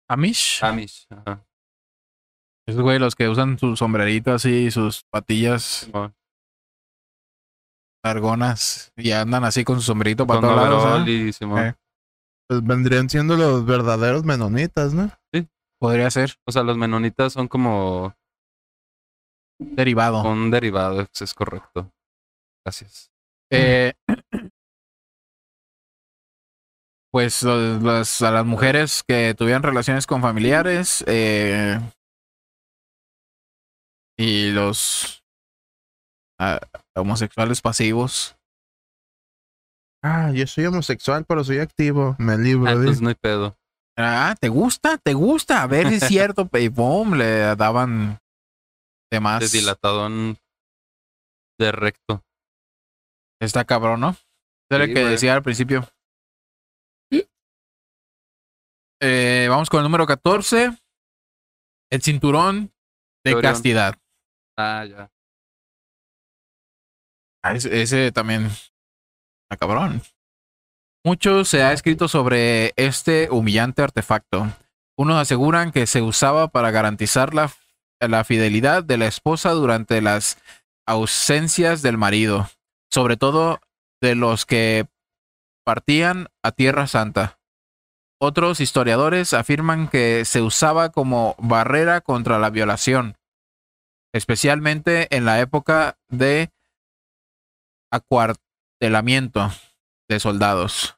Speaker 1: Amish.
Speaker 3: Amish. Ajá.
Speaker 1: Esos güey, los que usan su sombrerito así y sus patillas
Speaker 3: Simón.
Speaker 1: largonas y andan así con su sombrerito para
Speaker 3: Con
Speaker 1: todos lados.
Speaker 3: overol
Speaker 1: ¿eh?
Speaker 3: y Simón.
Speaker 1: Eh.
Speaker 2: Pues vendrían siendo los verdaderos menonitas, ¿no?
Speaker 1: Podría ser
Speaker 3: O sea, los menonitas son como
Speaker 1: derivado.
Speaker 3: un derivado, es es correcto. Gracias.
Speaker 1: Eh, pues los- los- a las mujeres que tuvieran relaciones con familiares eh, y los ah, homosexuales pasivos.
Speaker 2: Ah, yo soy homosexual, pero soy activo. Me libro.
Speaker 3: Ah,
Speaker 2: di.
Speaker 3: entonces no hay pedo.
Speaker 1: Ah, ¿te gusta? ¿Te gusta? A ver si es cierto. pe- Y boom, le daban de más.
Speaker 3: De dilatadón de recto.
Speaker 1: Está cabrón, ¿no? Es lo
Speaker 3: Sí,
Speaker 1: que
Speaker 3: güey.
Speaker 1: decía al principio. Eh, vamos con el número 14. El cinturón de
Speaker 3: Cinturón.
Speaker 1: castidad.
Speaker 3: Ah, ya.
Speaker 1: Ah, Ese, ese también está cabrón. Mucho se ha escrito sobre este humillante artefacto. Unos aseguran que se usaba para garantizar la, la fidelidad de la esposa durante las ausencias del marido, sobre todo de los que partían a Tierra Santa. Otros historiadores afirman que se usaba como barrera contra la violación, especialmente en la época de acuartelamiento de soldados.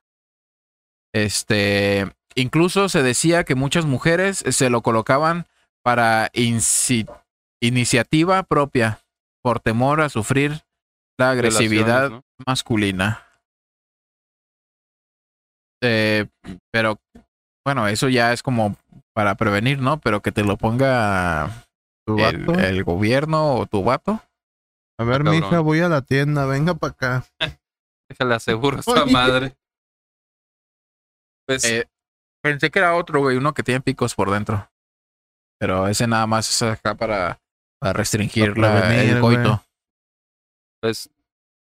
Speaker 1: Este, incluso se decía que muchas mujeres se lo colocaban para inci- iniciativa propia, por temor a sufrir la agresividad
Speaker 3: Violaciones, ¿no?
Speaker 1: masculina. Eh, pero, bueno, eso ya es como para prevenir, ¿no? Pero que te lo ponga
Speaker 2: Tu
Speaker 3: eh,
Speaker 1: el,
Speaker 2: vato.
Speaker 1: el gobierno o tu vato.
Speaker 2: A ver,
Speaker 3: cabrón.
Speaker 2: mija, voy a la tienda, venga para acá.
Speaker 3: Déjale aseguro a esa
Speaker 2: Oye.
Speaker 3: madre. Pues,
Speaker 1: Eh, pensé que era otro, güey, uno que tiene picos por dentro. Pero ese nada más es acá para, para restringir
Speaker 2: Para
Speaker 1: la-
Speaker 2: prevenir,
Speaker 1: el coito.
Speaker 3: pues,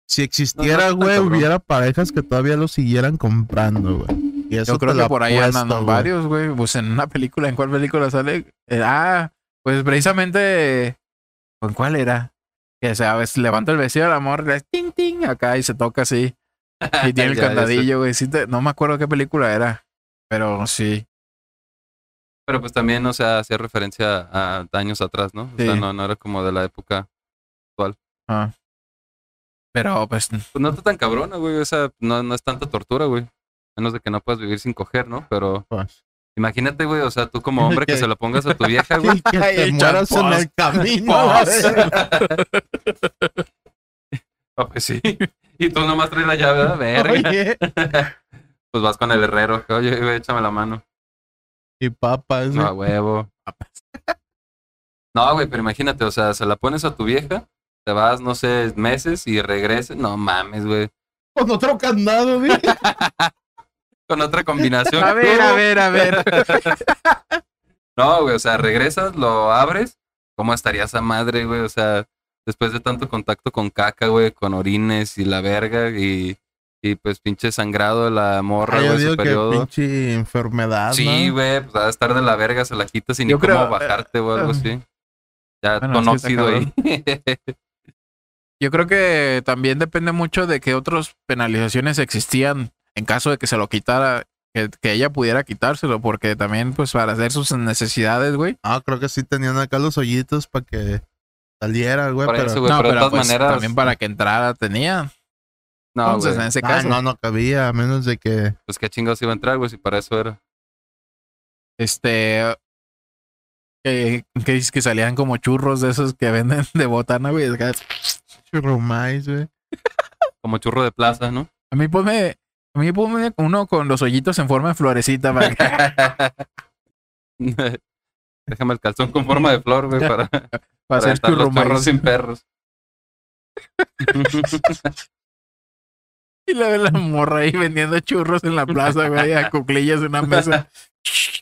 Speaker 2: Si existiera,
Speaker 3: No, no,
Speaker 2: güey,
Speaker 3: cabrón.
Speaker 2: hubiera parejas que todavía lo siguieran comprando, güey. Y eso
Speaker 1: Yo creo
Speaker 2: te
Speaker 1: que
Speaker 2: la
Speaker 1: por ahí
Speaker 2: apuesto,
Speaker 1: andan
Speaker 2: güey.
Speaker 1: varios, güey. Pues en una película, ¿en cuál película sale? Eh, ah, pues precisamente, ¿con cuál era? Que se levanta el vestido del amor, le hace ting, ting, acá y se toca así. Y tiene el
Speaker 3: Ya, ya sé.
Speaker 1: candadillo, güey. Sí te- no me acuerdo qué película era, pero sí.
Speaker 3: Pero pues también, o sea, hacía referencia a años atrás, ¿no? O sea,
Speaker 1: Sí.
Speaker 3: no, no era como de la época.
Speaker 1: ah. Pero pues
Speaker 3: Pues no está tan cabrona, güey. O sea, no, no es tanta tortura, güey. A Menos de que no puedas vivir sin coger, ¿no? Pero
Speaker 2: Pues,
Speaker 3: imagínate, güey, o sea, tú como hombre que
Speaker 2: Ok.
Speaker 3: se lo pongas a tu vieja, güey.
Speaker 2: Y que te
Speaker 1: El
Speaker 2: mueras en
Speaker 1: champós.
Speaker 2: el camino. a
Speaker 1: Pos.
Speaker 2: ver.
Speaker 3: Ah, pues sí. Y tú nomás traes la llave, ¿verdad? Verga.
Speaker 2: Oye,
Speaker 3: Pues vas con el herrero. que, Oye, güey, échame la mano.
Speaker 2: Y papas,
Speaker 3: No, a
Speaker 2: güey.
Speaker 3: huevo. No, güey, pero imagínate, o sea, se la pones a tu vieja, te vas, no sé, meses y regreses. No mames, güey.
Speaker 2: Con otro candado, güey.
Speaker 3: Con otra combinación.
Speaker 1: A ver, a ver, a ver.
Speaker 3: No, güey, o sea, regresas, lo abres. ¿Cómo estaría esa madre, güey? O sea, después de tanto contacto con caca, güey, con orines y la verga y, y pues pinche sangrado de la morra,
Speaker 2: Ah, yo
Speaker 3: güey, su
Speaker 2: digo que
Speaker 3: periodo.
Speaker 2: pinche enfermedad,
Speaker 3: Sí,
Speaker 2: ¿no?
Speaker 3: güey, pues a estar de la verga, se la quitas y ni
Speaker 1: Yo creo- eh,
Speaker 3: cómo bajarte o algo así. Ya,
Speaker 1: Bueno,
Speaker 3: con
Speaker 1: es que está
Speaker 3: óxido ahí.
Speaker 1: Yo creo que también depende mucho de qué otras penalizaciones existían en caso de que se lo quitara, que, que ella pudiera quitárselo, porque también, pues, para hacer sus necesidades, güey.
Speaker 2: Ah, creo que sí tenían acá los hoyitos para que saliera, güey,
Speaker 3: Por
Speaker 2: pero...
Speaker 3: eso, güey, pero de todas
Speaker 1: pues,
Speaker 3: maneras.
Speaker 1: también para que entrara tenía.
Speaker 3: No,
Speaker 1: Entonces, en
Speaker 3: güey,
Speaker 1: ese
Speaker 2: Ah,
Speaker 1: caso,
Speaker 2: no, no cabía, a menos de que...
Speaker 3: pues qué chingados iba a entrar, güey, si para eso era.
Speaker 1: este, que, que, es que salían como churros de esos que venden de botana, güey. acá.
Speaker 2: Churrumais, güey.
Speaker 3: Como churro de plaza, ¿no?
Speaker 1: A mí ponme, a mí ponme uno con los hoyitos en forma de florecita, para que-
Speaker 3: Déjame el calzón con forma de flor, güey, para,
Speaker 1: para hacer
Speaker 3: aventar los
Speaker 1: churrumais.
Speaker 3: churros sin perros.
Speaker 1: Y la ve la morra ahí vendiendo churros en la plaza, güey, a cuclillas en una mesa.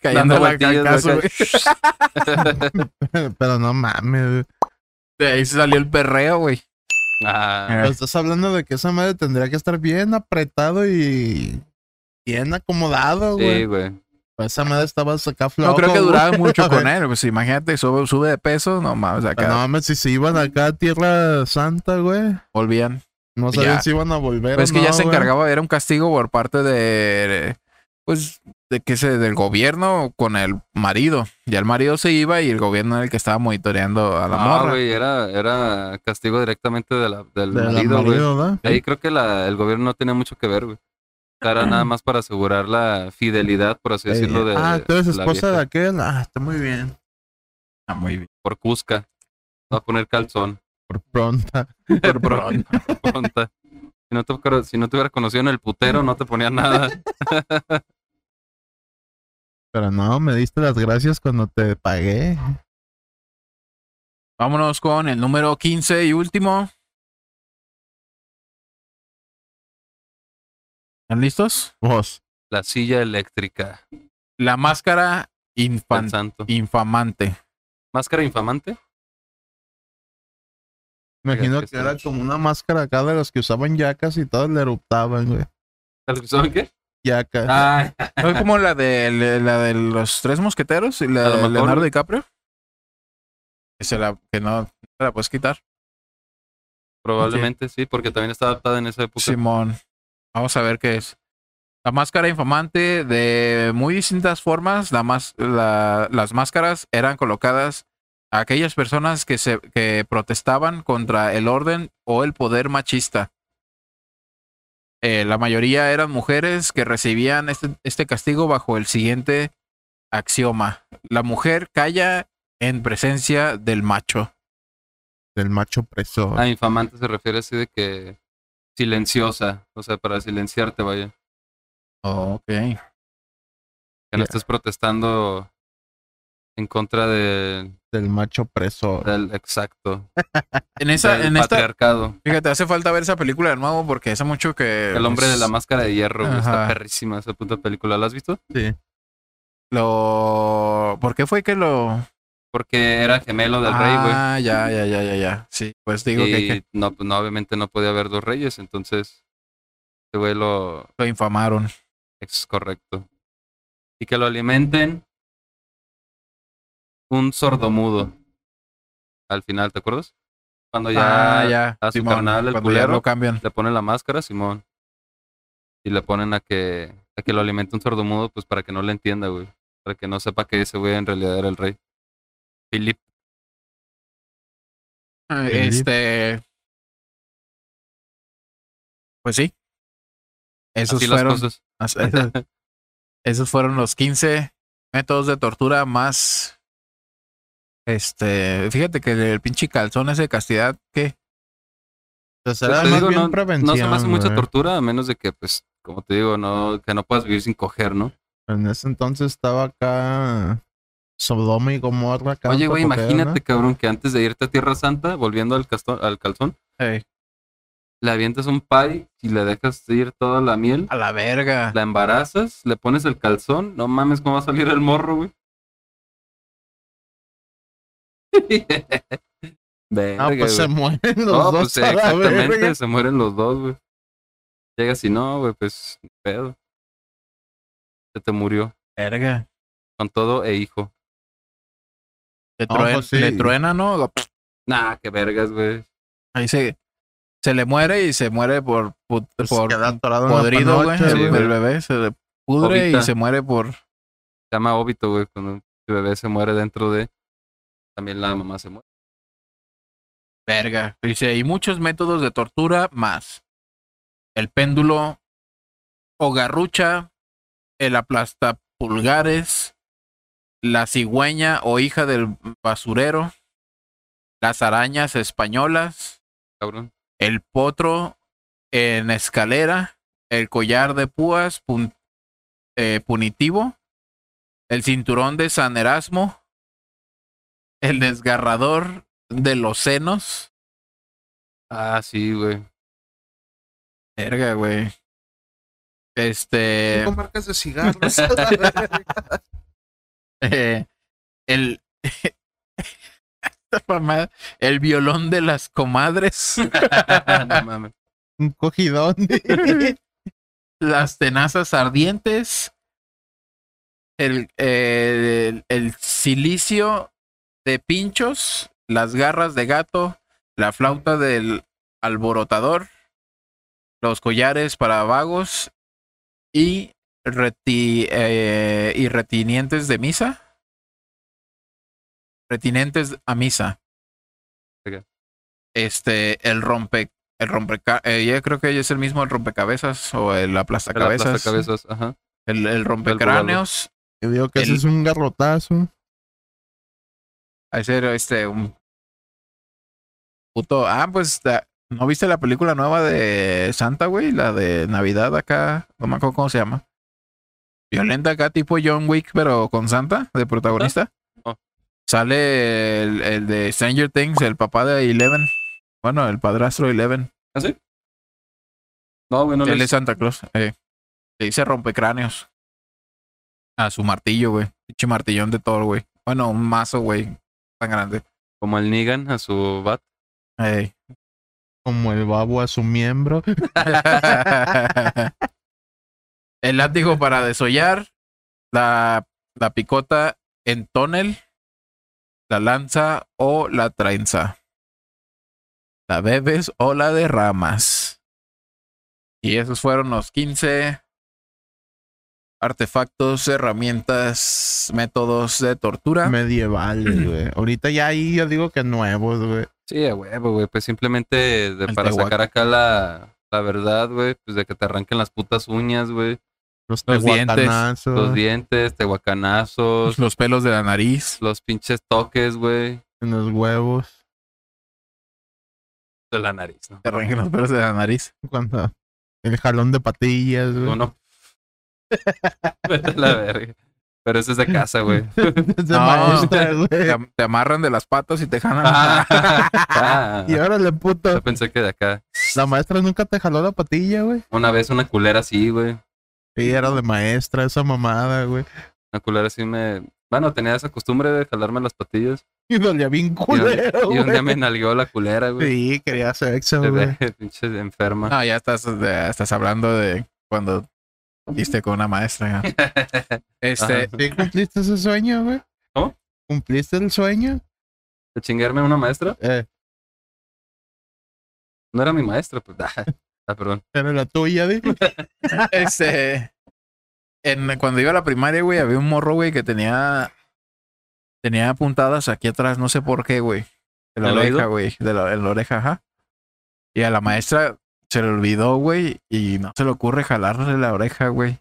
Speaker 1: cayendo
Speaker 3: Dando
Speaker 1: la
Speaker 3: vueltillas,
Speaker 1: al caso,
Speaker 3: güey.
Speaker 1: güey.
Speaker 2: pero no mames, güey.
Speaker 1: De ahí se salió el perreo, güey.
Speaker 3: Ah,
Speaker 2: Pero estás hablando de que esa madre tendría que estar bien apretado y... Bien acomodado,
Speaker 3: sí,
Speaker 2: güey.
Speaker 3: güey.
Speaker 2: Pues Esa madre estaba acá flojo,
Speaker 1: No creo que
Speaker 2: güey.
Speaker 1: duraba mucho con él. Pues imagínate, sube, sube de peso, no mames, acá
Speaker 2: Pero No mames, si se iban acá a Tierra Santa, güey.
Speaker 1: volvían.
Speaker 2: No sabían
Speaker 1: Ya.
Speaker 2: si iban a
Speaker 1: Pero
Speaker 2: volver
Speaker 1: Pues es
Speaker 2: o
Speaker 1: que ya
Speaker 2: no,
Speaker 1: se
Speaker 2: güey.
Speaker 1: encargaba, era un castigo por parte de. Pues, de que se, del gobierno con el marido. Ya el marido se iba y el gobierno era el que estaba monitoreando a la
Speaker 3: No,
Speaker 1: morra.
Speaker 3: Ah, güey, era, era castigo directamente de la, del
Speaker 2: Del
Speaker 3: marido, güey.
Speaker 2: marido, ¿verdad?
Speaker 3: Ahí creo que la, el gobierno no tenía mucho que ver, güey. O sea, Era nada más para asegurar la fidelidad, por así decirlo, de
Speaker 2: ah, tú eres
Speaker 3: de la
Speaker 2: esposa de
Speaker 3: vieja.
Speaker 2: aquel. Ah, está muy bien.
Speaker 1: Ah, muy bien.
Speaker 3: Por Cusca. Va a poner calzón.
Speaker 2: Por pronta.
Speaker 3: Por pronto. pronta. Si no, te, hubiera- si no te hubiera conocido en el putero, no te ponía nada.
Speaker 2: Pero no, me diste las gracias cuando te pagué.
Speaker 1: Vámonos con el número 15 y último. ¿Están listos?
Speaker 2: Vos.
Speaker 3: La silla eléctrica.
Speaker 1: La máscara infan-
Speaker 3: Pan santo.
Speaker 1: infamante.
Speaker 3: ¿Máscara infamante?
Speaker 2: Me
Speaker 3: Fíjate
Speaker 2: imagino
Speaker 3: que
Speaker 2: que
Speaker 3: está
Speaker 2: era
Speaker 3: chido.
Speaker 2: como una máscara acá de los que usaban yacas y todos le eruptaban, güey.
Speaker 3: ¿Las que usaban qué?
Speaker 2: Yacas.
Speaker 3: Ah,
Speaker 1: ¿No es como la de, la de los tres mosqueteros y
Speaker 3: A
Speaker 1: la
Speaker 3: lo
Speaker 1: de
Speaker 3: mejor,
Speaker 1: Leonardo
Speaker 3: güey.
Speaker 1: DiCaprio? Que, se la, que no te la puedes quitar.
Speaker 3: probablemente sí, porque también está adaptada en esa época.
Speaker 1: Simón. Vamos a ver qué es. La máscara infamante de muy distintas formas. La más, la- las máscaras eran colocadas aquellas personas que, se, que protestaban contra el orden o el poder machista. Eh, la mayoría eran mujeres que recibían este, este castigo bajo el siguiente axioma. La mujer calla en presencia del macho.
Speaker 2: Del macho preso.
Speaker 3: A infamante se refiere así de que silenciosa, o sea, para silenciarte, vaya.
Speaker 1: ok.
Speaker 3: Que no
Speaker 2: Ya.
Speaker 3: estés protestando en contra de-
Speaker 2: Del macho preso.
Speaker 3: del exacto,
Speaker 1: En esa,
Speaker 3: del
Speaker 1: en esta,
Speaker 3: patriarcado.
Speaker 1: fíjate, hace falta ver esa película de nuevo porque hace mucho que
Speaker 3: El hombre de la
Speaker 1: pues,
Speaker 3: máscara de hierro, güey, está
Speaker 1: Ajá.
Speaker 3: perrísima esa puta película. ¿La has visto?
Speaker 2: Sí.
Speaker 1: lo, ¿por qué fue que lo?
Speaker 3: Porque era gemelo del rey, güey.
Speaker 1: ah, ya, ya, ya, ya, ya. Sí, pues digo que,
Speaker 3: Y
Speaker 1: que
Speaker 3: no, pues, no, obviamente no podía haber dos reyes, entonces este güey lo
Speaker 1: lo infamaron.
Speaker 3: es correcto. Y que lo alimenten un sordomudo. Al final, ¿te acuerdas? Cuando ya,
Speaker 1: ah, ya.
Speaker 3: a su
Speaker 1: Simón,
Speaker 3: carnal, el
Speaker 1: cuando ya
Speaker 3: culero.
Speaker 1: lo cambian.
Speaker 3: le ponen la máscara, Simón. Y le ponen a que, a que lo alimente un sordomudo, pues para que no le entienda, güey. Para que no sepa que ese güey en realidad era el rey. Philip.
Speaker 1: Ah, Este, pues sí. Esos
Speaker 3: Así las
Speaker 1: fueron
Speaker 3: cosas.
Speaker 1: As- Esos, esos fueron los 15 métodos de tortura más. Este, fíjate que el pinche calzón ese de castidad que
Speaker 2: O sea,
Speaker 3: Pues,
Speaker 2: era
Speaker 3: te
Speaker 2: más
Speaker 3: digo,
Speaker 2: bien
Speaker 3: no-
Speaker 2: prevención.
Speaker 3: No se me hace mucha
Speaker 2: güey.
Speaker 3: tortura, a menos de que, pues, como te digo, no, que no puedas vivir sin coger, ¿no?
Speaker 2: En ese entonces estaba acá Sodoma y Gomorra. acá
Speaker 3: Oye, güey,
Speaker 2: en Popocatépetl,
Speaker 3: imagínate, cabrón, que antes de irte a Tierra Santa, volviendo al, casto- al calzón, le avientas un pie y le dejas ir toda la miel,
Speaker 1: a la verga.
Speaker 3: la embarazas, le pones el calzón, no mames, ¿cómo va a salir el morro, güey?
Speaker 2: ¿no? Ah,
Speaker 3: Verga,
Speaker 2: pues se
Speaker 3: güey.
Speaker 2: mueren los dos.
Speaker 3: No, pues,
Speaker 2: a la verga.
Speaker 3: exactamente, se mueren los dos, güey. Llegas y no, güey, pues, ni pedo. Se te murió,
Speaker 1: Verga.
Speaker 3: con todo e hijo.
Speaker 1: Le,
Speaker 2: No,
Speaker 1: truen-
Speaker 2: pues sí.
Speaker 1: le truena, ¿no? Lo-
Speaker 3: Nah, qué vergas, güey.
Speaker 1: Ahí se, se le muere y se muere por, put-
Speaker 2: Pues
Speaker 1: por
Speaker 2: queda atorado en la
Speaker 1: podrido, güey.
Speaker 2: panocha,
Speaker 1: el,
Speaker 3: sí,
Speaker 1: el
Speaker 3: güey.
Speaker 1: bebé se le pudre
Speaker 3: Ovita.
Speaker 1: y se muere por.
Speaker 3: Se llama óbito, güey, cuando un bebé se muere dentro de... También la mamá se muere.
Speaker 1: Verga. Dice, y muchos métodos de tortura más. El péndulo, o garrucha, el aplasta pulgares, la cigüeña o hija del basurero, las arañas españolas,
Speaker 3: Cabrón.
Speaker 1: el potro en escalera, el collar de púas pun- eh, punitivo, el cinturón de San Erasmo, el desgarrador de los senos.
Speaker 3: Ah, sí, güey.
Speaker 1: Verga, güey. Este.
Speaker 2: Con marcas de cigarros.
Speaker 1: eh, el. Esta mamada, el violón de las comadres.
Speaker 3: no mames.
Speaker 2: un cogidón.
Speaker 1: las tenazas ardientes. El, el, el silicio de pinchos. Las garras de gato. La flauta del alborotador. Los collares para vagos. Y, reti- eh, y retinientes de misa. Retinentes a misa.
Speaker 3: Ok.
Speaker 1: Este, el rompe el rompecabezas, yo creo que es el mismo el rompecabezas o el aplastacabezas. El,
Speaker 3: cabezas, ajá.
Speaker 1: el, rompecráneos.
Speaker 2: Yo digo que
Speaker 1: El-
Speaker 2: ese es un garrotazo.
Speaker 1: Hacer este un puto. Ah, pues la- ¿no viste la película nueva de Santa, güey? La de Navidad acá. No me acuerdo cómo se llama. Violenta acá, tipo John Wick, pero con Santa, de protagonista.
Speaker 3: No.
Speaker 1: Sale el, el de Stranger Things, el papá de Eleven. Bueno, el padrastro de Eleven.
Speaker 3: ¿Ah, sí? No, güey, no
Speaker 1: Él
Speaker 3: les...
Speaker 1: es Santa Claus. eh. Le dice rompecráneos. A su martillo, güey. Pinche martillón de Thor, güey. Bueno, un mazo, güey. Tan grande.
Speaker 3: Como el Negan a su bat.
Speaker 1: Ey.
Speaker 2: Como el babo a su miembro.
Speaker 1: el látigo para desollar. La, la picota en tonel. La lanza o la trenza. La bebes o la derramas. Y esos fueron los 15 artefactos, herramientas, métodos de tortura.
Speaker 2: Medievales, güey. Ahorita ya ahí yo digo que nuevos, güey.
Speaker 3: Sí, a huevo, güey. Pues simplemente de-
Speaker 1: El
Speaker 3: para
Speaker 1: tehuac.
Speaker 3: sacar acá la, la verdad, güey. Pues de que te arranquen las putas uñas, güey.
Speaker 2: Los,
Speaker 1: Los dientes,
Speaker 2: tehuacanazos.
Speaker 1: Ah.
Speaker 3: Los dientes, tehuacanazos,
Speaker 1: los pelos de la nariz.
Speaker 3: los pinches toques, güey.
Speaker 2: en los huevos.
Speaker 3: De la nariz, ¿no?
Speaker 1: Te arranquen los pelos de la nariz.
Speaker 2: Cuando el jalón de patillas, güey.
Speaker 3: Uno. Vete a la verga. Pero eso es de casa, güey.
Speaker 2: De
Speaker 1: No.
Speaker 2: maestra,
Speaker 1: Te,
Speaker 2: güey.
Speaker 1: am- te amarran de las patas y te jalan.
Speaker 3: Ah, ah.
Speaker 2: Y ahora le puto.
Speaker 3: yo pensé que de acá.
Speaker 2: La maestra nunca te jaló la patilla, güey.
Speaker 3: Una vez una culera así, güey.
Speaker 2: Sí, era de maestra esa mamada, güey.
Speaker 3: Una culera así me. Bueno, tenía esa costumbre de jalarme las patillas.
Speaker 2: Y dolía bien
Speaker 3: Y un,
Speaker 2: culero,
Speaker 3: y un día me
Speaker 2: güey.
Speaker 3: nalgueó la culera, güey.
Speaker 2: Sí, quería sexo,
Speaker 3: Se ve,
Speaker 2: güey.
Speaker 3: pinche enferma.
Speaker 1: No, ya estás, ya estás hablando de cuando diste con una maestra. ¿no? Este,
Speaker 3: Ajá.
Speaker 2: ¿Sí cumpliste ese sueño, güey?
Speaker 3: ¿Cómo?
Speaker 2: ¿Cumpliste el sueño?
Speaker 3: ¿De chingarme a una maestra?
Speaker 2: Eh,
Speaker 3: No era mi maestra, pues. Ah, perdón.
Speaker 2: era la tuya, digo.
Speaker 1: este, en, cuando iba a la primaria, güey, había un morro, güey, que tenía, tenía puntadas aquí atrás, no sé por qué, güey. De la
Speaker 3: ¿En el
Speaker 1: oreja,
Speaker 3: oído?
Speaker 1: güey. De la, en la oreja, ajá. Y a la maestra se le olvidó, güey, y no se le ocurre jalarle la oreja, güey.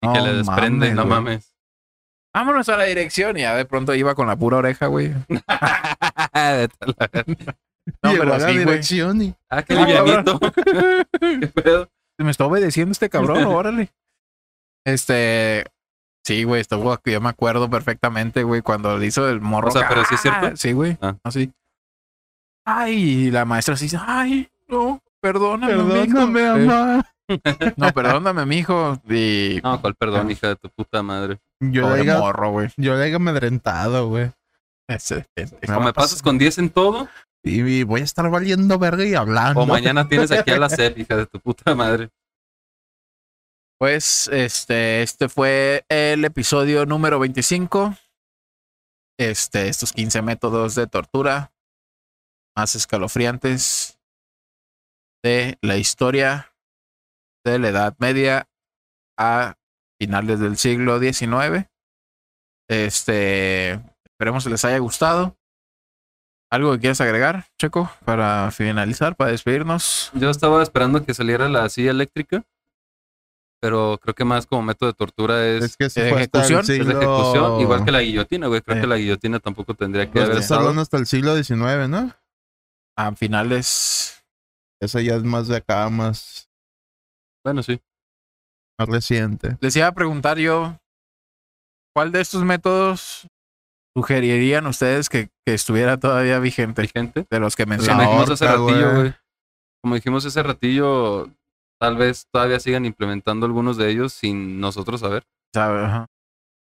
Speaker 3: Y que le desprende, no
Speaker 1: güey.
Speaker 3: mames.
Speaker 1: Vámonos a la dirección y ya de pronto iba con la pura oreja, güey.
Speaker 3: Vete a la verga.
Speaker 1: No,
Speaker 2: Llegó a
Speaker 1: pero
Speaker 2: la
Speaker 1: sí, güey.
Speaker 2: dirección y
Speaker 3: ah, qué
Speaker 1: Ah,
Speaker 3: livianito. ¿Qué pedo?
Speaker 1: me está obedeciendo este cabrón, órale. Este, sí, güey, estuvo, ac- yo me acuerdo perfectamente, güey, cuando le hizo el morro.
Speaker 3: O sea,
Speaker 1: acá.
Speaker 3: pero sí es cierto.
Speaker 1: Sí, güey,
Speaker 3: Ah.
Speaker 1: así. Ay, y la maestra así, ay, Ah, no, perdóname,
Speaker 2: perdóname,
Speaker 1: mijo.
Speaker 2: mamá.
Speaker 1: Eh, No, perdóname, mijo. Y
Speaker 3: No, cuál perdón, hija de tu puta madre.
Speaker 2: Eh, Yo
Speaker 1: pobre
Speaker 2: le digo,
Speaker 1: morro, güey. Este,
Speaker 2: yo le digo amedrentado, güey.
Speaker 1: Ese pendejo.
Speaker 3: O me pasas con 10 en todo,
Speaker 2: Y, y voy a estar valiendo verga y hablando.
Speaker 3: o mañana tienes aquí a la CEP, hija de tu puta madre.
Speaker 1: Pues este, este fue el episodio número 25. Este, estos 15 métodos de tortura más escalofriantes de la historia de la Edad Media a finales del siglo XIX. Este, esperemos que les haya gustado. ¿Algo que quieras agregar, Checo, para finalizar, para despedirnos?
Speaker 3: Yo estaba esperando que saliera la silla eléctrica, pero creo que más como método de tortura es,
Speaker 2: Es que sí
Speaker 1: Eh,
Speaker 2: fue hasta el
Speaker 1: ejecución, es
Speaker 3: es la
Speaker 2: siglo-
Speaker 3: ejecución, igual que la guillotina, güey. Creo
Speaker 1: Eh.
Speaker 3: que la guillotina tampoco tendría que
Speaker 2: Pues
Speaker 3: haber
Speaker 2: estás hablando hasta
Speaker 3: estado.
Speaker 2: el siglo XIX, ¿no?
Speaker 1: A finales
Speaker 2: Esa ya es más de acá, más,
Speaker 3: Bueno, sí.
Speaker 2: más reciente.
Speaker 1: les iba a preguntar yo, ¿cuál de estos métodos sugerirían ustedes que, que estuviera todavía vigente?
Speaker 3: Vigente.
Speaker 1: De los que
Speaker 3: Como
Speaker 1: mencioné.
Speaker 2: La
Speaker 3: dijimos hace
Speaker 2: horca,
Speaker 3: ratillo,
Speaker 2: güey.
Speaker 3: güey. Como dijimos hace ratillo, tal vez todavía sigan implementando algunos de ellos sin nosotros saber.
Speaker 1: ¿sabe? Ajá.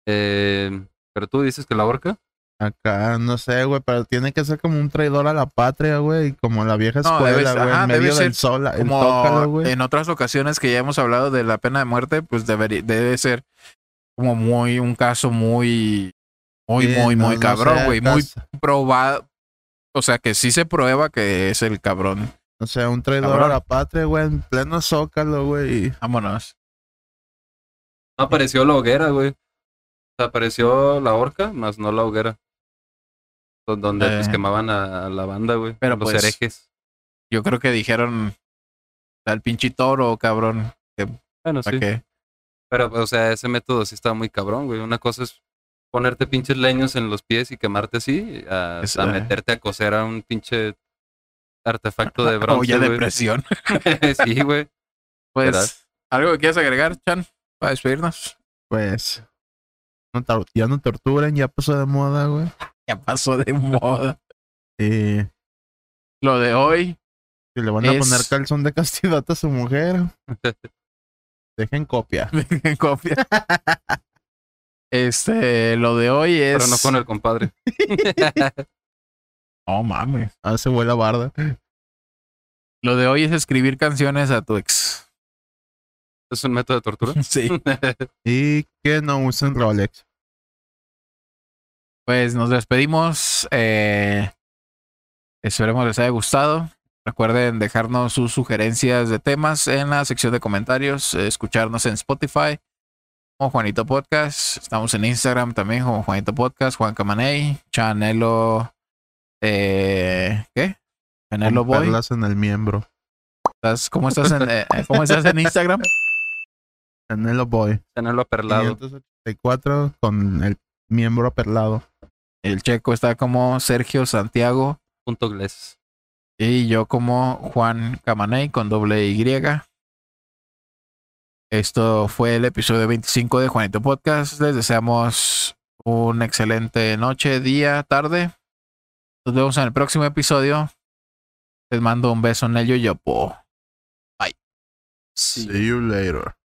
Speaker 3: Eh, pero tú dices que la horca.
Speaker 2: Acá, no sé, güey, pero tiene que ser como un traidor a la patria, güey, como la vieja
Speaker 1: No, debe
Speaker 2: escuela,
Speaker 1: ser-
Speaker 2: güey,
Speaker 1: ajá,
Speaker 2: en medio
Speaker 1: debe
Speaker 2: del
Speaker 1: ser
Speaker 2: sol, el
Speaker 1: Como
Speaker 2: zócalo, güey.
Speaker 1: en otras ocasiones que ya hemos hablado de la pena de muerte, pues debería, debe ser como muy, un caso muy, muy,
Speaker 2: Sí,
Speaker 1: muy,
Speaker 2: no-
Speaker 1: muy
Speaker 2: no
Speaker 1: cabrón,
Speaker 2: sé,
Speaker 1: güey.
Speaker 2: acá
Speaker 1: Muy
Speaker 2: es-
Speaker 1: probado. O sea, que sí se prueba que es el cabrón.
Speaker 2: O sea, un traidor
Speaker 1: Cabrón.
Speaker 2: a la patria, güey, en pleno zócalo, güey. y-
Speaker 1: Vámonos.
Speaker 3: No apareció la hoguera, güey. O sea, apareció la horca, más no la hoguera. Don- Donde pues
Speaker 1: Eh.
Speaker 3: quemaban a, a la banda, güey.
Speaker 1: Pero,
Speaker 3: a los
Speaker 1: pues,
Speaker 3: herejes.
Speaker 1: Yo creo que dijeron al pinche toro, cabrón.
Speaker 3: Bueno,
Speaker 1: ¿Para
Speaker 3: sí.
Speaker 1: qué?
Speaker 3: Pero, o sea, ese método sí estaba muy cabrón, güey. Una cosa es ponerte pinches leños en los pies y quemarte así, a,
Speaker 1: Es,
Speaker 3: a
Speaker 1: eh.
Speaker 3: meterte a coser a un pinche artefacto de bronce,
Speaker 1: Olla de
Speaker 3: güey.
Speaker 1: presión.
Speaker 3: sí, güey.
Speaker 1: Pues,
Speaker 3: ¿Verdad?
Speaker 1: ¿algo que quieras agregar, Chan? Para despedirnos.
Speaker 2: Pues, no tor- ya no torturan, ya pasó de moda, güey.
Speaker 1: Ya pasó de moda.
Speaker 2: Y
Speaker 1: Lo de hoy,
Speaker 2: si le van a
Speaker 1: Es-
Speaker 2: poner calzón de castidad a su mujer, dejen copia.
Speaker 1: en copia. Este, lo de hoy es.
Speaker 3: Pero no con el compadre.
Speaker 1: No mames.
Speaker 2: Ah, se vuela barda.
Speaker 1: Lo de hoy es escribir canciones a tu ex.
Speaker 3: Es un método de tortura.
Speaker 1: Sí.
Speaker 2: Y que no usen Rolex.
Speaker 1: Pues nos despedimos. eh, esperemos les haya gustado. Recuerden dejarnos sus sugerencias de temas en la sección de comentarios, eh, escucharnos en Spotify, como Juanito Podcast. Estamos en Instagram también como Juanito Podcast, Juan Camaney, Chanelo. Eh, ¿Qué? Chanelo
Speaker 2: Con
Speaker 1: Boy.
Speaker 2: perlas en el miembro.
Speaker 1: ¿Estás- ¿Cómo estás en, eh, eh, ¿cómo estás en Instagram?
Speaker 2: Canelo Boy.
Speaker 3: Tenerlo aperlado.
Speaker 2: 584 con el miembro perlado.
Speaker 1: El checo está como Sergio Santiago
Speaker 3: Punto inglés.
Speaker 1: y yo como Juan Camaney con doble Y. Esto fue el episodio 25 de Juanito Podcast. Les deseamos una excelente noche, día, tarde. Nos vemos en el próximo episodio. Les mando un beso en el yoyopo.
Speaker 2: See you later.